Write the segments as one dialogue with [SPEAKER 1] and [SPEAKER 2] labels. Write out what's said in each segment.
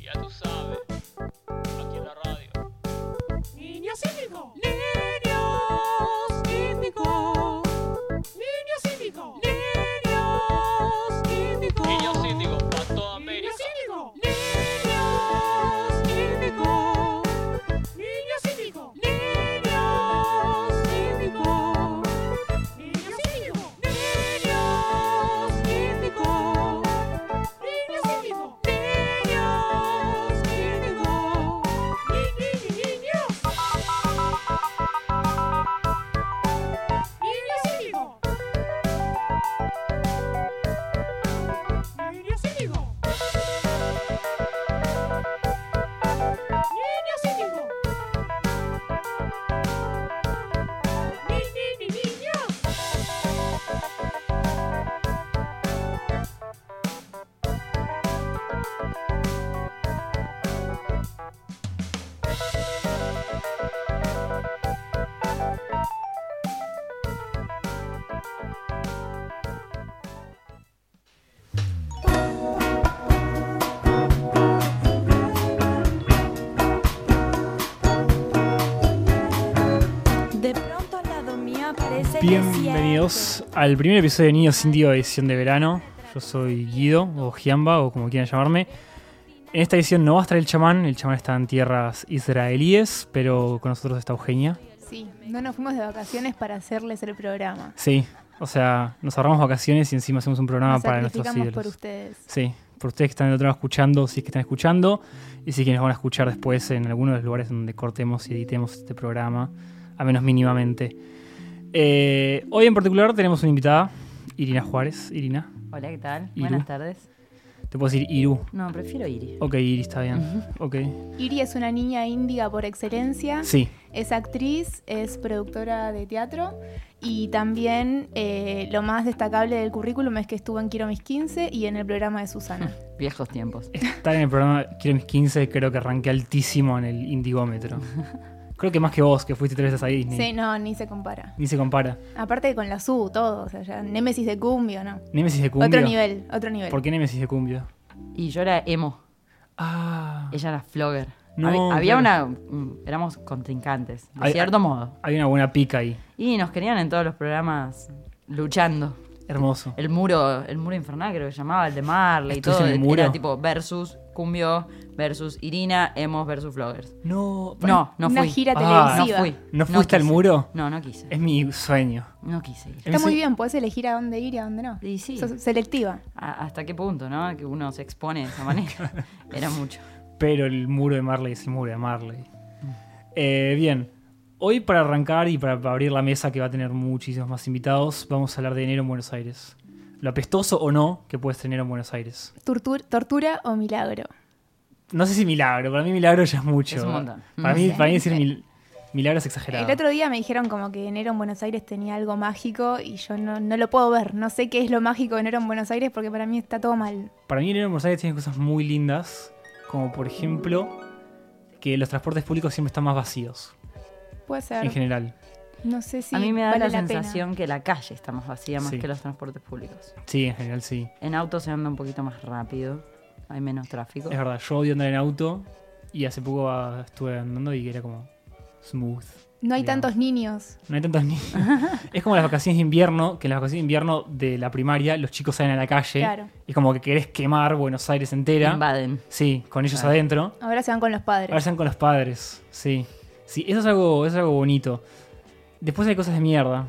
[SPEAKER 1] Ya tú sabes, aquí en la radio.
[SPEAKER 2] Niños Índigo. Niños Índigo. Niños Índigo. Niños Índigo.
[SPEAKER 1] Niños síndico, para toda América.
[SPEAKER 2] Niños Índigo. Niños Índigo. Niños Índigo. Niños Índigo. Niños Índigo. Niños Índigo. Niños Índigo. Niños Índigo. Ni- ni- Niños. Niños Índigo. Niños Índigo. Niños Índigo. Ni- ni- ni- Niños.
[SPEAKER 3] De pronto al lado mío aparece el
[SPEAKER 4] Bienvenidos al primer episodio de Niños Indio edición de verano. Yo soy Guido, o Giamba, o como quieran llamarme. En esta edición no va a estar el chamán, el chamán está en tierras israelíes, pero con nosotros está Eugenia.
[SPEAKER 5] Sí, no nos fuimos de vacaciones para hacerles el programa.
[SPEAKER 4] Sí, o sea, nos ahorramos vacaciones y encima hacemos un programa
[SPEAKER 5] nos
[SPEAKER 4] Ah, para nuestros
[SPEAKER 5] sacrificamos
[SPEAKER 4] ídolos.
[SPEAKER 5] por ustedes.
[SPEAKER 4] Sí, por ustedes que están del otro lado escuchando, si es que están escuchando, y si que nos van a escuchar después en alguno de los lugares donde cortemos y editemos este programa, a menos mínimamente. Eh, hoy en particular tenemos una invitada, Irina Juárez. Irina,
[SPEAKER 6] Hola, ¿qué tal?
[SPEAKER 4] Iru.
[SPEAKER 6] Buenas tardes.
[SPEAKER 4] te puedo decir Iru.
[SPEAKER 6] No, prefiero Iri.
[SPEAKER 4] Ok, Iri, está bien. Ok.
[SPEAKER 5] Iri es una niña índiga por excelencia.
[SPEAKER 4] Sí,
[SPEAKER 5] Es actriz, es productora de teatro y también eh, lo más destacable del currículum es que estuvo en Quiero Mis 15 y en el programa de Susana.
[SPEAKER 6] Viejos tiempos.
[SPEAKER 4] estar en el programa Quiero mis 15, creo que arranqué altísimo en el Indigómetro. Creo que más que vos, que fuiste tres veces a Disney.
[SPEAKER 5] Sí, no, ni se compara.
[SPEAKER 4] Ni se compara.
[SPEAKER 5] Aparte con la SU, todo, o sea, ya Némesis de Cumbio, ¿no?
[SPEAKER 4] Nemesis de Cumbia.
[SPEAKER 5] Otro nivel, otro nivel.
[SPEAKER 4] ¿Por qué Nemesis de Cumbia?
[SPEAKER 6] Y yo era emo,
[SPEAKER 4] Ah.
[SPEAKER 6] ella era flogger.
[SPEAKER 4] No,
[SPEAKER 6] Hab- había
[SPEAKER 4] claro.
[SPEAKER 6] una... mm, Éramos contrincantes, de
[SPEAKER 4] Ay, ah.
[SPEAKER 6] cierto
[SPEAKER 4] ay.
[SPEAKER 6] modo.
[SPEAKER 4] Hay una buena pica ahí.
[SPEAKER 6] Y nos querían en todos los programas luchando.
[SPEAKER 4] Hermoso.
[SPEAKER 6] El muro, el muro infernal creo que se llamaba, el de Marley y
[SPEAKER 4] ¿Estuviste
[SPEAKER 6] todo.
[SPEAKER 4] en el muro?
[SPEAKER 6] Era tipo versus Cumbio, versus Irina, emos versus floggers.
[SPEAKER 4] No.
[SPEAKER 6] No, no fui.
[SPEAKER 5] Una gira
[SPEAKER 4] Ah,
[SPEAKER 6] no
[SPEAKER 5] televisiva.
[SPEAKER 6] fui.
[SPEAKER 4] ¿No fuiste al
[SPEAKER 6] quise.
[SPEAKER 4] muro?
[SPEAKER 6] No, no quise.
[SPEAKER 4] Es mi sueño.
[SPEAKER 6] No quise ir.
[SPEAKER 5] Está
[SPEAKER 4] Es mi
[SPEAKER 5] muy
[SPEAKER 4] sue-
[SPEAKER 5] bien, puedes elegir a dónde ir y a dónde no.
[SPEAKER 6] Y sí.
[SPEAKER 5] Sos selectiva.
[SPEAKER 6] A- ¿Hasta qué punto, no? Que uno se expone de esa manera. Era mucho.
[SPEAKER 4] Pero el muro de Marley es el muro de Marley. Eh, bien. Hoy para arrancar y para abrir la mesa que va a tener muchísimos más invitados, vamos a hablar de enero en Buenos Aires. Lo apestoso o no que puedes tener en Buenos Aires.
[SPEAKER 5] Tortur- tortura o milagro.
[SPEAKER 4] No sé si milagro, para mí milagro ya es mucho.
[SPEAKER 6] Es un montón.
[SPEAKER 4] Para,
[SPEAKER 6] No
[SPEAKER 4] mí,
[SPEAKER 6] sé.
[SPEAKER 4] para mí decir mil- milagro es exagerado.
[SPEAKER 5] El otro día me dijeron como que enero en Buenos Aires tenía algo mágico y yo no, no lo puedo ver. No sé qué es lo mágico de enero en Buenos Aires porque para mí está todo mal.
[SPEAKER 4] Para mí enero en Buenos Aires tiene cosas muy lindas, como por ejemplo que los transportes públicos siempre están más vacíos,
[SPEAKER 5] Puede
[SPEAKER 4] en
[SPEAKER 5] ser.
[SPEAKER 4] general.
[SPEAKER 5] No sé si
[SPEAKER 6] a mí me da
[SPEAKER 5] vale
[SPEAKER 6] la,
[SPEAKER 5] pena.
[SPEAKER 6] sensación que la calle está más vacía más
[SPEAKER 4] Sí.
[SPEAKER 6] que los transportes públicos.
[SPEAKER 4] Sí, en general sí.
[SPEAKER 6] En auto se anda un poquito más rápido, hay menos tráfico.
[SPEAKER 4] Es verdad, yo odio andar en auto y hace poco ah, estuve andando y era como smooth.
[SPEAKER 5] No hay
[SPEAKER 4] Digamos.
[SPEAKER 5] tantos niños.
[SPEAKER 4] No hay tantos niños. es como las vacaciones de invierno, que en las vacaciones de invierno de la primaria los chicos salen a la calle
[SPEAKER 5] Claro.
[SPEAKER 4] y como que querés quemar Buenos Aires entera.
[SPEAKER 6] Invaden.
[SPEAKER 4] Sí, con ellos
[SPEAKER 6] Claro.
[SPEAKER 4] adentro.
[SPEAKER 5] Ahora se van con los padres.
[SPEAKER 4] Ahora están con los padres, sí. Sí, eso es algo, eso es algo bonito. Después hay cosas de mierda.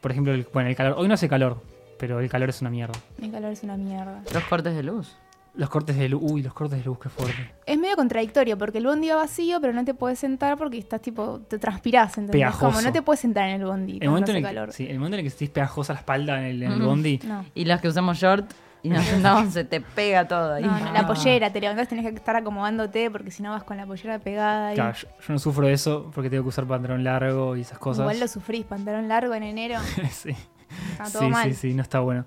[SPEAKER 4] Por ejemplo, el, bueno, el calor. Hoy no hace calor, pero el calor es una mierda.
[SPEAKER 5] Mi calor es una mierda.
[SPEAKER 6] Los cortes de luz.
[SPEAKER 4] Los cortes de luz. Uy, los cortes de luz, qué fuerte.
[SPEAKER 5] Es medio contradictorio porque el bondi va vacío, pero no te puedes sentar porque estás tipo, te transpirás, ¿entendés?
[SPEAKER 4] Pegajoso.
[SPEAKER 5] Como no te puedes sentar en el bondi.
[SPEAKER 4] El
[SPEAKER 5] cuando
[SPEAKER 4] momento,
[SPEAKER 5] hace
[SPEAKER 4] en el,
[SPEAKER 5] calor.
[SPEAKER 4] que, sí, el momento en el que sentís pegajosa la espalda en el, en el
[SPEAKER 6] Mm.
[SPEAKER 4] bondi,
[SPEAKER 5] No.
[SPEAKER 6] Y los que usamos short y nos sentamos se te pega todo ahí.
[SPEAKER 5] No, no, la pollera, te levantás, tenés que estar acomodándote porque si no vas con la pollera pegada. ahí.
[SPEAKER 4] Claro, yo, yo no sufro de eso porque tengo que usar pantalón largo y esas cosas.
[SPEAKER 5] Igual lo sufrís, pantalón largo en enero.
[SPEAKER 4] sí,
[SPEAKER 5] Está todo
[SPEAKER 4] sí,
[SPEAKER 5] mal.
[SPEAKER 4] sí, sí, no está bueno.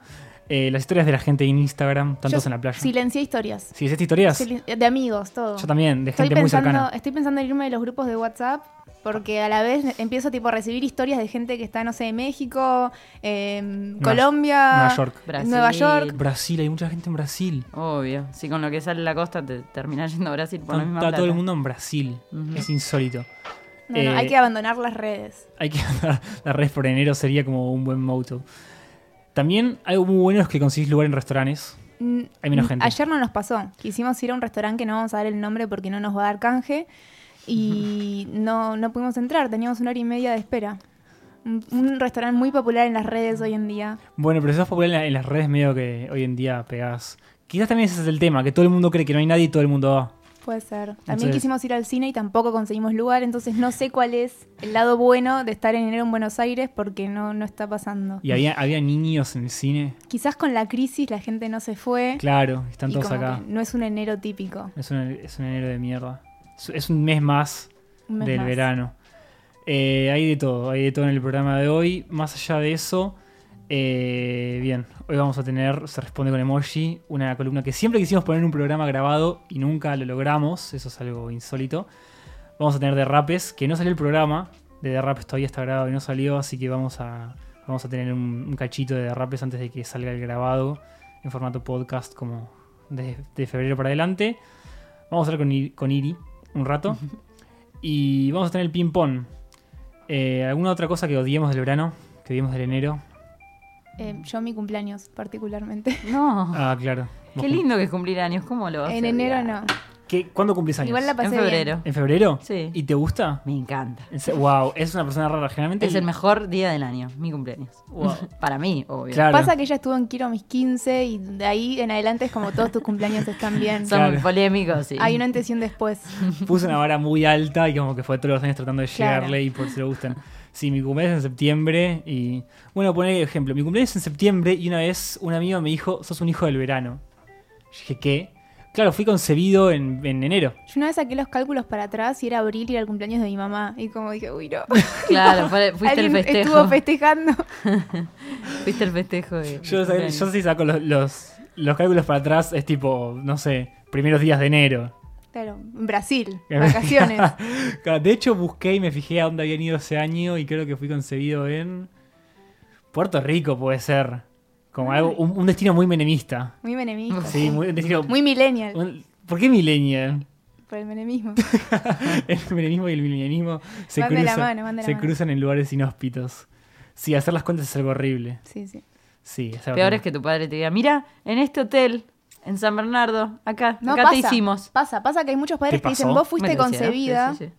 [SPEAKER 4] eh, las historias de la gente en Instagram, tantos
[SPEAKER 5] Yo
[SPEAKER 4] en la playa. Sí,
[SPEAKER 5] Silencié historias.
[SPEAKER 4] ¿sí hiciste historias?
[SPEAKER 5] Silen- De amigos, todo.
[SPEAKER 4] Yo también, de
[SPEAKER 5] Estoy
[SPEAKER 4] gente muy
[SPEAKER 5] pensando,
[SPEAKER 4] cercana.
[SPEAKER 5] estoy pensando en irme de los grupos de WhatsApp porque a la vez empiezo tipo a recibir historias de gente que está, no sé, en México, en
[SPEAKER 4] Nueva-
[SPEAKER 5] Colombia,
[SPEAKER 4] Nueva York.
[SPEAKER 6] Brasil.
[SPEAKER 5] Nueva York.
[SPEAKER 4] Brasil, hay mucha gente en Brasil.
[SPEAKER 6] Obvio. Si con lo que sale la costa te terminás yendo a Brasil por la
[SPEAKER 4] Está
[SPEAKER 6] misma
[SPEAKER 4] está
[SPEAKER 6] plata.
[SPEAKER 4] todo el mundo en Brasil.
[SPEAKER 6] Ujú.
[SPEAKER 4] Es insólito.
[SPEAKER 5] No, no,
[SPEAKER 4] Eh,
[SPEAKER 5] hay que abandonar las redes.
[SPEAKER 4] Hay que andar las redes por enero, sería como un buen moto. También algo muy bueno es que conseguís lugar en restaurantes.
[SPEAKER 5] Mm,
[SPEAKER 4] Hay menos
[SPEAKER 5] mm,
[SPEAKER 4] gente.
[SPEAKER 5] Ayer no nos pasó. Quisimos ir a un restaurante que no vamos a dar el nombre porque no nos va a dar canje y no, no pudimos entrar. Teníamos una hora y media de espera. Un, un restaurante muy popular en las redes hoy en día.
[SPEAKER 4] Bueno, pero eso es popular en, la- en las redes medio que hoy en día pegás. Quizás también ese es el tema, que todo el mundo cree que no hay nadie y todo el mundo va.
[SPEAKER 5] Puede ser. También
[SPEAKER 4] Entonces-
[SPEAKER 5] quisimos ir al cine y tampoco conseguimos lugar, entonces no sé cuál es el lado bueno de estar en enero en Buenos Aires porque no, no está pasando.
[SPEAKER 4] Y había, había niños en el cine.
[SPEAKER 5] Quizás con la crisis la gente no se fue.
[SPEAKER 4] Claro, están
[SPEAKER 5] y
[SPEAKER 4] todos
[SPEAKER 5] como
[SPEAKER 4] acá.
[SPEAKER 5] que No es un enero típico.
[SPEAKER 4] Es un, es un enero de mierda. Es, es un mes más
[SPEAKER 5] un mes
[SPEAKER 4] del
[SPEAKER 5] más.
[SPEAKER 4] verano. Eh, hay de todo, hay de todo en el programa de hoy. Más allá de eso, eh, bien, hoy vamos a tener, se responde con emoji, una columna que siempre quisimos poner en un programa grabado y nunca lo logramos, eso es algo insólito. Vamos a tener derrapes, que no salió el programa, de derrapes todavía está grabado y no salió, así que vamos a, vamos a tener un, un cachito de derrapes antes de que salga el grabado en formato podcast como de, de febrero para adelante. Vamos a hablar con, I- con Iri un rato. Y vamos a tener el ping-pong. Eh, ¿Alguna otra cosa que odiemos del verano? Que odiemos del enero.
[SPEAKER 5] Eh, yo mi cumpleaños particularmente.
[SPEAKER 6] No.
[SPEAKER 4] Ah, claro. Vos
[SPEAKER 6] Qué
[SPEAKER 4] cum-
[SPEAKER 6] lindo que es cumplir años. ¿Cómo lo vas a
[SPEAKER 5] en enero
[SPEAKER 6] olvidar?
[SPEAKER 5] no.
[SPEAKER 4] ¿Qué- ¿Cuándo cumplís años?
[SPEAKER 5] Igual la pasé
[SPEAKER 6] En
[SPEAKER 5] bien.
[SPEAKER 6] febrero.
[SPEAKER 4] ¿En febrero?
[SPEAKER 6] Sí.
[SPEAKER 4] ¿Y te gusta?
[SPEAKER 6] Me encanta.
[SPEAKER 4] Wow, es una persona rara. Generalmente.
[SPEAKER 6] Es el mejor día del año, mi cumpleaños.
[SPEAKER 4] Wow.
[SPEAKER 6] Para mí, obvio.
[SPEAKER 4] Claro.
[SPEAKER 5] Pasa que ella estuvo en Quiero mis 15 y de ahí en adelante es como todos tus cumpleaños están bien.
[SPEAKER 6] Son
[SPEAKER 4] Claro.
[SPEAKER 6] muy polémicos, sí.
[SPEAKER 5] Hay un antes y un después.
[SPEAKER 4] Puso una vara muy alta y como que fue todos los años tratando de
[SPEAKER 5] Claro.
[SPEAKER 4] llegarle y por si le gustan. Sí, mi cumpleaños es en septiembre y. Bueno, poner ejemplo. Mi cumpleaños es en septiembre y una vez un amigo me dijo: Sos un hijo del verano. Yo dije, ¿qué? Claro, fui concebido en, en enero.
[SPEAKER 5] Yo una vez saqué los cálculos para atrás y era abril y era el cumpleaños de mi mamá. Y como dije, uy, no.
[SPEAKER 6] Claro, fue- fuiste el
[SPEAKER 5] Alguien
[SPEAKER 6] festejo.
[SPEAKER 5] estuvo festejando.
[SPEAKER 6] Fuiste el festejo de.
[SPEAKER 4] Yo,
[SPEAKER 6] de
[SPEAKER 4] sa-
[SPEAKER 6] cumpleaños.
[SPEAKER 4] yo sí saco los, los, los cálculos para atrás, es tipo, no sé, primeros días de enero.
[SPEAKER 5] Claro, en Brasil, vacaciones.
[SPEAKER 4] Claro, de hecho, busqué y me fijé a dónde habían ido ese año y creo que fui concebido en Puerto Rico, puede ser. Como algo, un, un destino muy menemista.
[SPEAKER 5] Muy menemista.
[SPEAKER 4] Sí, muy, un destino-
[SPEAKER 5] Muy millennial,
[SPEAKER 4] un- ¿Por qué millennial?
[SPEAKER 5] por el menemismo.
[SPEAKER 4] El menemismo y el milenialismo se,
[SPEAKER 5] Van de la
[SPEAKER 4] cruzan,
[SPEAKER 5] mano, van de la
[SPEAKER 4] se
[SPEAKER 5] mano.
[SPEAKER 4] cruzan en lugares inhóspitos. Sí, hacer las cuentas es algo horrible.
[SPEAKER 5] Sí, sí.
[SPEAKER 4] Sí, es algo
[SPEAKER 6] Peor
[SPEAKER 4] horrible.
[SPEAKER 6] es que tu padre te diga, mira, en este hotel, en San Bernardo, acá,
[SPEAKER 5] No,
[SPEAKER 6] acá
[SPEAKER 5] pasa,
[SPEAKER 6] te hicimos.
[SPEAKER 5] Pasa, pasa que hay muchos padres
[SPEAKER 4] ¿Te
[SPEAKER 5] que dicen,
[SPEAKER 4] pasó?
[SPEAKER 5] vos fuiste
[SPEAKER 6] Me lo hicieron,
[SPEAKER 5] concebida.
[SPEAKER 6] sí, sí, sí.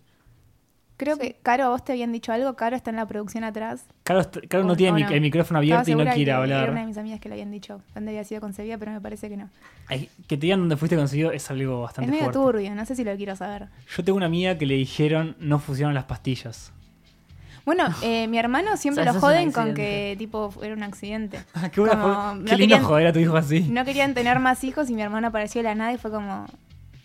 [SPEAKER 5] Creo que, Caro, vos te habían dicho algo. Caro está en la producción atrás.
[SPEAKER 4] Caro, est- Caro no
[SPEAKER 5] O-
[SPEAKER 4] tiene
[SPEAKER 5] o
[SPEAKER 4] mic- el micrófono
[SPEAKER 5] Oh, Estaba
[SPEAKER 4] abierto y no
[SPEAKER 5] segura
[SPEAKER 4] quiere
[SPEAKER 5] que
[SPEAKER 4] hablar.
[SPEAKER 5] Era una de mis amigas que le habían dicho dónde había sido concebida, pero me parece que no.
[SPEAKER 4] Ay, Que te digan dónde fuiste conseguido es algo
[SPEAKER 5] Es
[SPEAKER 4] bastante
[SPEAKER 5] medio
[SPEAKER 4] fuerte.
[SPEAKER 5] turbio, no sé si lo quiero saber.
[SPEAKER 4] Yo tengo una amiga que le dijeron no fusionaron las pastillas.
[SPEAKER 5] Bueno, eh, mi hermano
[SPEAKER 6] O
[SPEAKER 5] siempre
[SPEAKER 6] sea,
[SPEAKER 5] lo
[SPEAKER 6] eso es un
[SPEAKER 5] joden con que
[SPEAKER 6] accidente.
[SPEAKER 5] tipo era un accidente.
[SPEAKER 4] Ah, qué buena
[SPEAKER 5] Como,
[SPEAKER 4] forma-
[SPEAKER 5] no
[SPEAKER 4] qué lindo
[SPEAKER 5] querían-
[SPEAKER 4] joder a tu hijo así.
[SPEAKER 5] No querían tener más hijos y mi hermano apareció de la nada y fue como,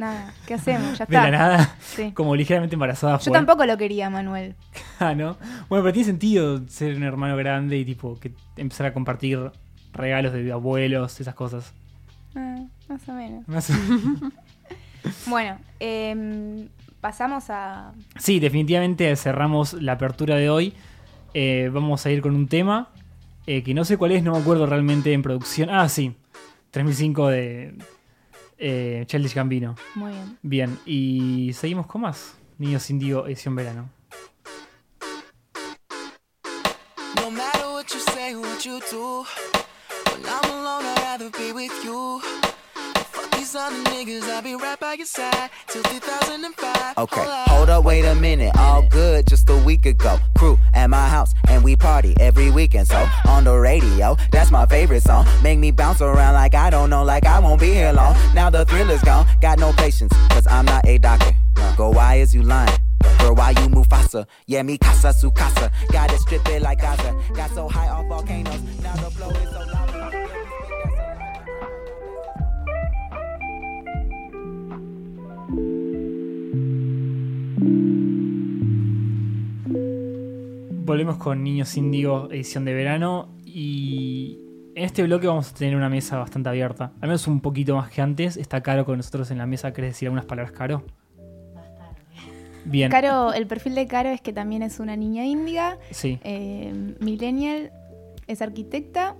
[SPEAKER 5] nada, ¿qué hacemos? Ya
[SPEAKER 4] de la
[SPEAKER 5] está.
[SPEAKER 4] nada,
[SPEAKER 5] Sí.
[SPEAKER 4] como ligeramente embarazada.
[SPEAKER 5] Yo
[SPEAKER 4] fue.
[SPEAKER 5] tampoco lo quería, Manuel.
[SPEAKER 4] Ah, ¿no? Bueno, pero tiene sentido ser un hermano grande y tipo que empezar a compartir regalos de abuelos, esas cosas.
[SPEAKER 5] Ah, más o menos.
[SPEAKER 4] No sé.
[SPEAKER 5] Bueno, em, pasamos a...
[SPEAKER 4] Sí, definitivamente cerramos la apertura de hoy. Eh, vamos a ir con un tema eh, que no sé cuál es, no me acuerdo realmente en producción. Ah, sí, 3005 de eh, Childish Gambino.
[SPEAKER 5] Muy bien.
[SPEAKER 4] Bien, y seguimos con más. Niños Indio edición verano.
[SPEAKER 7] No matter what you say or what you do, when I'm alone, I'd rather be with you. Fuck these other niggas, I'll be right by your side till 2005.
[SPEAKER 8] Okay,
[SPEAKER 7] Hola.
[SPEAKER 8] hold up, wait a minute. All good, just a week ago. Crew at my house, and we party every weekend. So on the radio, that's my favorite song. Make me bounce around like I don't know, like I won't be here long. Now the thrill is gone, got no patience, cause I'm not a doctor. Go, why is you lying? Girl, why you Mufasa? Yeah, me casa su casa. Gotta strip it like Gaza. Got so high off volcanoes, now the flow is so loud.
[SPEAKER 4] Volvemos con Niños Indio edición de verano y en este bloque vamos a tener una mesa bastante abierta. Al menos un poquito más que antes. Está Caro con nosotros en la mesa. ¿Querés decir algunas palabras, Caro? Bien.
[SPEAKER 5] Caro, el perfil de Caro es que también es una niña índiga,
[SPEAKER 4] Sí.
[SPEAKER 5] eh, millennial, es arquitecta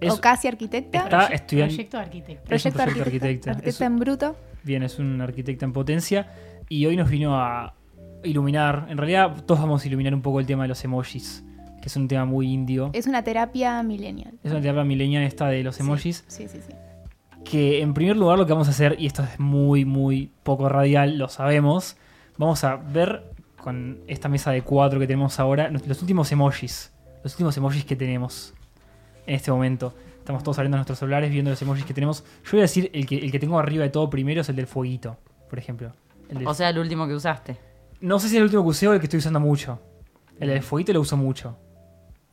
[SPEAKER 4] Es-
[SPEAKER 5] o casi arquitecta,
[SPEAKER 4] Está
[SPEAKER 9] Proye-
[SPEAKER 4] estudiando-
[SPEAKER 9] Proyecto arquitecto.
[SPEAKER 4] es un
[SPEAKER 5] proyecto
[SPEAKER 4] proyecto
[SPEAKER 5] arquitecta,
[SPEAKER 4] arquitecta,
[SPEAKER 5] arquitecta,
[SPEAKER 4] es-
[SPEAKER 5] en bruto.
[SPEAKER 4] Bien, es una arquitecta en potencia. Y hoy nos vino a iluminar. En realidad, todos vamos a iluminar un poco el tema de los emojis, que es un tema muy indio.
[SPEAKER 5] Es una terapia millennial.
[SPEAKER 4] Es una terapia milenial esta de los
[SPEAKER 5] Sí,
[SPEAKER 4] emojis.
[SPEAKER 5] Sí, sí, sí.
[SPEAKER 4] Que en primer lugar, lo que vamos a hacer, y esto es muy, muy poco radial, lo sabemos. Vamos a ver con esta mesa de cuatro que tenemos ahora nos- los últimos emojis. Los últimos emojis que tenemos en este momento. Estamos todos abriendo nuestros celulares, viendo los emojis que tenemos. Yo voy a decir, el que, el que tengo arriba de todo primero es el del fueguito, por ejemplo. El del
[SPEAKER 6] O sea, el último que usaste.
[SPEAKER 4] No sé si es el último que usé o el que estoy usando mucho. El del fueguito lo uso mucho.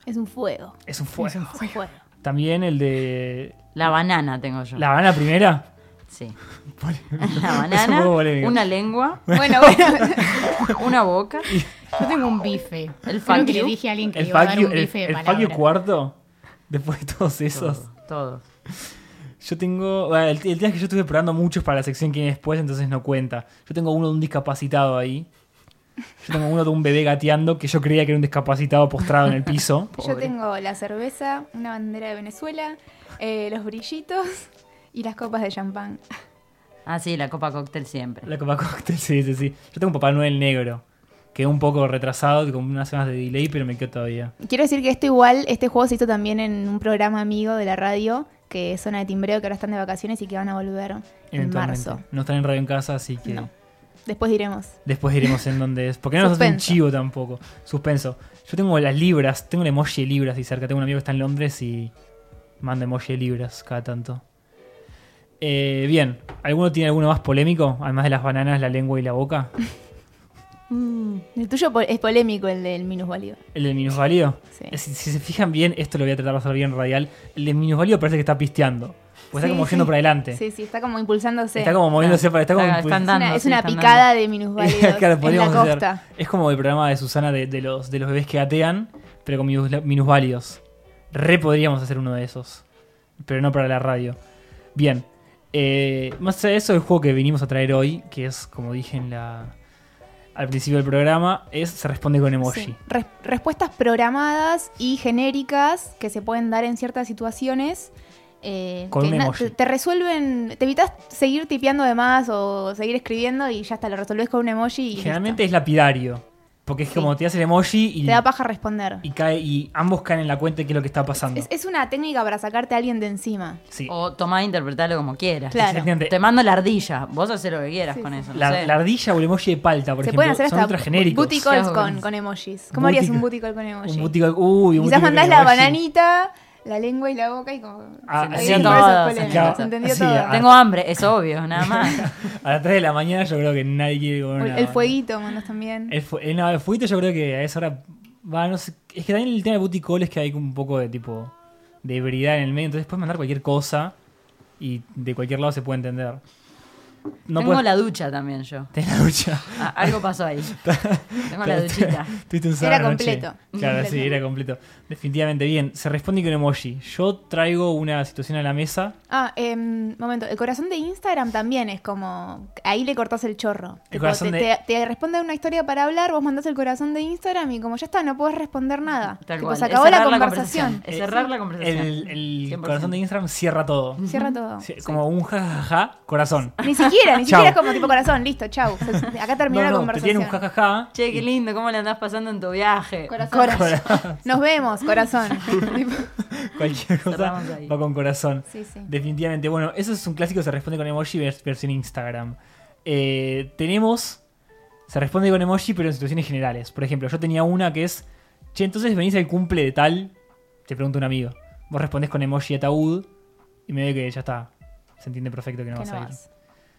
[SPEAKER 5] Es un fuego.
[SPEAKER 4] Es un fuego.
[SPEAKER 5] Es un fuego.
[SPEAKER 4] También el de.
[SPEAKER 6] La banana tengo yo.
[SPEAKER 4] La Habana primera.
[SPEAKER 6] Sí.
[SPEAKER 4] Polémico.
[SPEAKER 6] La
[SPEAKER 4] Es un
[SPEAKER 6] banana,
[SPEAKER 4] poco polémico.
[SPEAKER 6] una lengua,
[SPEAKER 5] Bueno, bueno.
[SPEAKER 6] una boca.
[SPEAKER 9] Yo tengo un bife.
[SPEAKER 6] El fuck
[SPEAKER 9] Creo que le
[SPEAKER 6] you.
[SPEAKER 9] dije a alguien que
[SPEAKER 4] El
[SPEAKER 9] le iba a dar
[SPEAKER 4] Fabio
[SPEAKER 9] un bife de palabra.
[SPEAKER 4] cuarto. Después de todos esos.
[SPEAKER 6] Todo, todo.
[SPEAKER 4] Yo tengo. bueno, el, el tema es que yo estuve probando muchos para la sección que viene después, entonces no cuenta. Yo tengo uno de un discapacitado ahí. Yo tengo uno de un bebé gateando que yo creía que era un discapacitado postrado en el piso.
[SPEAKER 5] Yo tengo la cerveza, una bandera de Venezuela, eh, los brillitos y las copas de champán.
[SPEAKER 6] Ah, sí, la copa cóctel siempre.
[SPEAKER 4] La copa cóctel, sí, sí, sí. Yo tengo un Papá Noel negro. Quedó un poco retrasado, con unas semanas de delay, pero me quedo todavía.
[SPEAKER 5] Quiero decir que esto igual, este juego se hizo también en un programa amigo de la radio, que es Zona de Timbreo, que ahora están de vacaciones y que van a volver en
[SPEAKER 4] Eventualmente.
[SPEAKER 5] marzo.
[SPEAKER 4] No están en radio en casa, así que
[SPEAKER 5] No. Después diremos.
[SPEAKER 4] después diremos en dónde es. Porque no nos hace un
[SPEAKER 5] Suspenso.
[SPEAKER 4] chivo tampoco. Suspenso. Yo tengo las libras, tengo el emoji de libras y cerca. Tengo un amigo que está en Londres y manda emoji de libras cada tanto. Eh, bien, ¿alguno tiene alguno más polémico? Además de las bananas, la lengua y la boca.
[SPEAKER 5] El tuyo po- es polémico, el del minusválido.
[SPEAKER 4] ¿El del minusválido?
[SPEAKER 5] Sí.
[SPEAKER 4] Eh, Si, si se fijan bien, esto lo voy a tratar de hacer bien radial. El del minusválido parece que está pisteando. Pues está
[SPEAKER 5] Sí,
[SPEAKER 4] como yendo
[SPEAKER 5] sí.
[SPEAKER 4] para adelante.
[SPEAKER 5] Sí, sí, está como impulsándose.
[SPEAKER 4] Está como moviéndose para. Está como
[SPEAKER 6] Está-
[SPEAKER 4] impul-
[SPEAKER 6] están
[SPEAKER 5] es una,
[SPEAKER 6] dando,
[SPEAKER 5] es
[SPEAKER 6] sí,
[SPEAKER 5] una
[SPEAKER 6] están dando.
[SPEAKER 5] picada de minusválidos
[SPEAKER 4] Claro,
[SPEAKER 5] en la
[SPEAKER 4] podríamos hacer.
[SPEAKER 5] costa.
[SPEAKER 4] Es como el programa de Susana de, de los, de los bebés que gatean, pero con minus- minusválidos. Re podríamos hacer uno de esos. Pero no para la radio. Bien. eh, más allá de eso, el juego que vinimos a traer hoy, que es, como dije en la, al principio del programa, es Se responde con emoji.
[SPEAKER 5] Sí. Res- respuestas programadas y genéricas que se pueden dar en ciertas situaciones. eh,
[SPEAKER 4] Con
[SPEAKER 5] que
[SPEAKER 4] un
[SPEAKER 5] na-
[SPEAKER 4] emoji.
[SPEAKER 5] Te, te resuelven, te evitas seguir tipeando de más o seguir escribiendo y ya está, lo resolvés con un emoji y
[SPEAKER 4] Y
[SPEAKER 5] listo.
[SPEAKER 4] generalmente es lapidario. Porque es como te hace el emoji y,
[SPEAKER 5] te da paja responder.
[SPEAKER 4] y cae, y ambos caen en la cuenta de qué es lo que está pasando.
[SPEAKER 5] Es, es una técnica para sacarte a alguien de encima.
[SPEAKER 4] sí.
[SPEAKER 6] O tomá e interpretarlo como quieras.
[SPEAKER 5] Claro.
[SPEAKER 4] Exactamente.
[SPEAKER 6] Te mando la ardilla. Vos haces lo que quieras con eso. no
[SPEAKER 4] La,
[SPEAKER 6] sé.
[SPEAKER 4] la ardilla o el emoji de palta, por
[SPEAKER 5] se
[SPEAKER 4] ejemplo.
[SPEAKER 5] pueden hacer
[SPEAKER 4] son
[SPEAKER 5] hasta
[SPEAKER 4] ultra genéricos.
[SPEAKER 5] booty calls
[SPEAKER 6] Claro.
[SPEAKER 5] con, con emojis. ¿Cómo harías un booty call con emojis?
[SPEAKER 4] Un butico- uy, un
[SPEAKER 5] Oh,
[SPEAKER 4] butico
[SPEAKER 5] Quizás mandás
[SPEAKER 4] con
[SPEAKER 5] la
[SPEAKER 4] emoji.
[SPEAKER 5] bananita, la lengua y la boca y como...
[SPEAKER 4] Ah,
[SPEAKER 5] Ahí
[SPEAKER 6] así,
[SPEAKER 5] por eso
[SPEAKER 6] todo,
[SPEAKER 5] es polémico,
[SPEAKER 6] claro,
[SPEAKER 5] se entendió
[SPEAKER 4] así,
[SPEAKER 5] todo.
[SPEAKER 4] ah,
[SPEAKER 6] Tengo hambre, es obvio, nada más.
[SPEAKER 4] A las 3 de la mañana yo creo que nadie quiere comer
[SPEAKER 5] O
[SPEAKER 4] una
[SPEAKER 5] El
[SPEAKER 4] banana.
[SPEAKER 5] fueguito mandas también.
[SPEAKER 4] El, fu- eh, no, el fueguito yo creo que a esa hora... Va, no sé, es que también el tema de booty call es que hay un poco de tipo... De ebriedad en el medio. Entonces puedes mandar cualquier cosa y de cualquier lado se puede entender. No
[SPEAKER 6] Tengo
[SPEAKER 4] puedes...
[SPEAKER 6] la ducha también yo.
[SPEAKER 4] Tenés la ducha.
[SPEAKER 6] Ah, algo pasó ahí. Tengo la duchita.
[SPEAKER 4] Tuviste un sábado
[SPEAKER 5] Era
[SPEAKER 4] a la noche.
[SPEAKER 5] completo.
[SPEAKER 4] Claro,
[SPEAKER 5] Completo.
[SPEAKER 4] sí, era completo. Definitivamente, bien. Se responde con emoji. Yo traigo una situación a la mesa.
[SPEAKER 5] Ah, em, momento, el corazón de Instagram también es como, ahí le cortás el chorro. Tipo,
[SPEAKER 4] corazón
[SPEAKER 5] te,
[SPEAKER 4] de-
[SPEAKER 5] te- te responde una historia para hablar, vos mandás el corazón de Instagram y como ya está, no podés responder nada.
[SPEAKER 6] Tal
[SPEAKER 5] Tipo,
[SPEAKER 6] cual.
[SPEAKER 5] se
[SPEAKER 6] Es
[SPEAKER 5] acabó la
[SPEAKER 6] cerrar
[SPEAKER 5] conversación.
[SPEAKER 6] Es cerrar la conversación.
[SPEAKER 4] El, el
[SPEAKER 6] 100%.
[SPEAKER 4] corazón de Instagram cierra todo.
[SPEAKER 5] Cierra todo.
[SPEAKER 4] Sí, Como un jajaja, corazón.
[SPEAKER 5] Ni siquiera, ni
[SPEAKER 4] Chau.
[SPEAKER 5] siquiera es como tipo corazón, listo, chau. Se- Acá terminó la
[SPEAKER 4] no, no, te
[SPEAKER 5] conversación.
[SPEAKER 4] tiene un jajaja.
[SPEAKER 6] Che, qué lindo, ¿cómo le andás pasando en tu viaje?
[SPEAKER 5] Corazón. Nos vemos, corazón. Tipo,
[SPEAKER 4] Cualquier cosa
[SPEAKER 6] Cerramos ahí.
[SPEAKER 4] va con corazón.
[SPEAKER 5] sí, sí.
[SPEAKER 4] Definitivamente. Bueno, eso es un clásico, se responde con emoji vers- versión Instagram. Eh, tenemos. Se responde con emoji, pero en situaciones generales. Por ejemplo, yo tenía una que es. Che, entonces venís al cumple de tal. Te pregunta un amigo. Vos respondés con emoji ataúd. Y me ve que ya está. Se entiende perfecto que no
[SPEAKER 5] Que
[SPEAKER 4] vas
[SPEAKER 5] no
[SPEAKER 4] a ir.
[SPEAKER 5] vas.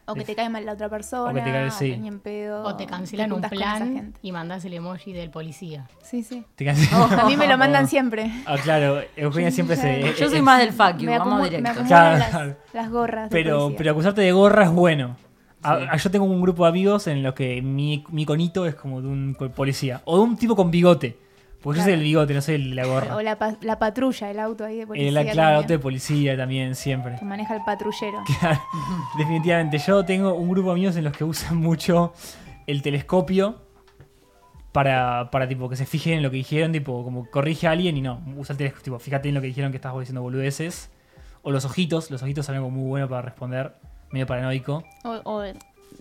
[SPEAKER 5] O que te cae mal la otra persona,
[SPEAKER 4] te cae- sí.
[SPEAKER 5] ni en pedo.
[SPEAKER 9] O te cancelan un
[SPEAKER 5] juntas con esa
[SPEAKER 9] plan
[SPEAKER 5] gente.
[SPEAKER 9] y mandás el emoji del policía.
[SPEAKER 5] Sí, sí.
[SPEAKER 4] Te cansé.
[SPEAKER 5] Oh, A mí me lo mandan siempre.
[SPEAKER 4] Ah, claro. Eugenia siempre se. eh,
[SPEAKER 6] Yo
[SPEAKER 4] es-
[SPEAKER 6] soy
[SPEAKER 4] es-
[SPEAKER 6] más del fuck you,
[SPEAKER 5] eh, Me
[SPEAKER 6] vamos
[SPEAKER 5] acomu- me
[SPEAKER 6] directo.
[SPEAKER 5] acomodan
[SPEAKER 4] Claro,
[SPEAKER 5] las-
[SPEAKER 4] claro.
[SPEAKER 5] Las, gorras. de
[SPEAKER 4] Pero,
[SPEAKER 5] policía.
[SPEAKER 4] pero acusarte de gorra es bueno. A-
[SPEAKER 6] Sí.
[SPEAKER 4] a- yo tengo un grupo de amigos en los que mi, mi conito es como de un co- policía. O de un tipo con bigote. Porque yo soy el bigote, no soy el- la gorra.
[SPEAKER 5] O la, pa- la patrulla, el auto ahí de policía.
[SPEAKER 4] Eh, la, claro,
[SPEAKER 5] también,
[SPEAKER 4] auto de policía también, siempre.
[SPEAKER 5] Que maneja el patrullero.
[SPEAKER 4] Claro, Definitivamente, yo tengo un grupo de amigos en los que usan mucho el telescopio para, para tipo que se fijen en lo que dijeron, tipo como corrige a alguien y no, usa el telescopio, tipo, fíjate en lo que dijeron que estás vos diciendo boludeces. O los ojitos, los ojitos son algo muy bueno para responder, medio paranoico.
[SPEAKER 5] O, o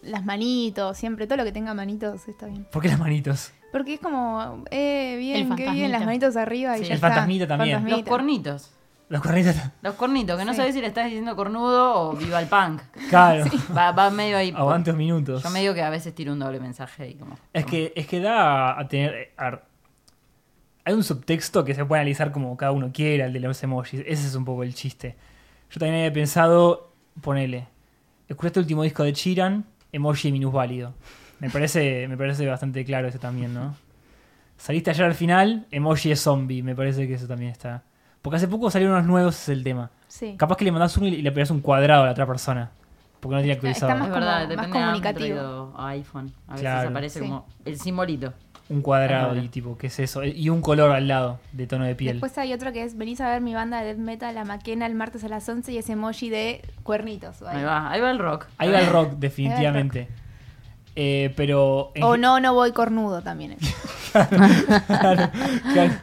[SPEAKER 5] las manitos, siempre. Todo lo que tenga manitos está bien.
[SPEAKER 4] ¿Por qué las manitos?
[SPEAKER 5] Porque es como, eh, bien, qué
[SPEAKER 9] El
[SPEAKER 5] bien,
[SPEAKER 9] fantasmita.
[SPEAKER 5] las manitos arriba y
[SPEAKER 6] Sí.
[SPEAKER 5] ya
[SPEAKER 4] El
[SPEAKER 5] está.
[SPEAKER 4] fantasmita también.
[SPEAKER 6] Los
[SPEAKER 5] Fantasmita.
[SPEAKER 6] cornitos.
[SPEAKER 4] Los cornitos,
[SPEAKER 6] Los cornitos, que no
[SPEAKER 5] Sí.
[SPEAKER 6] sabes si le estás diciendo cornudo o viva el punk.
[SPEAKER 4] claro,
[SPEAKER 6] Va, va medio ahí. por-
[SPEAKER 4] aguante dos minutos.
[SPEAKER 6] Yo medio que a veces tiro un doble mensaje y como.
[SPEAKER 4] Es que, es que da a tener. a ver, hay un subtexto que se puede analizar como cada uno quiera, el de los emojis. Ese es un poco el chiste. Yo también había pensado, ponele. Escuchaste el último disco de Chiran, emoji minusválido. Me parece, me parece bastante claro eso también, ¿no? Saliste ayer al final, emoji es zombie. Me parece que eso también está. Porque hace poco salieron unos nuevos, ese es el tema.
[SPEAKER 5] Sí.
[SPEAKER 4] Capaz que le mandás uno y le pegás un cuadrado a la otra persona. Porque no tiene actualizado.
[SPEAKER 5] más
[SPEAKER 6] Es verdad,
[SPEAKER 5] como-
[SPEAKER 6] depende
[SPEAKER 5] más comunicativo.
[SPEAKER 6] de Android o iPhone. A veces
[SPEAKER 4] Claro.
[SPEAKER 6] aparece
[SPEAKER 5] Sí.
[SPEAKER 6] como el simbolito.
[SPEAKER 4] Un cuadrado
[SPEAKER 6] Claro.
[SPEAKER 4] y tipo, ¿qué es eso? Y un color al lado de tono de piel.
[SPEAKER 5] Después hay otro que es, venís a ver mi banda de death metal, La Maquena, el martes a las 11 y ese emoji de cuernitos. o
[SPEAKER 6] Ahí
[SPEAKER 5] algo.
[SPEAKER 6] va, ahí va el rock.
[SPEAKER 4] Ahí va el rock, definitivamente. Eh, pero. en
[SPEAKER 5] O
[SPEAKER 4] ge-
[SPEAKER 5] Oh, no, no voy cornudo también. es.
[SPEAKER 4] Claro, claro.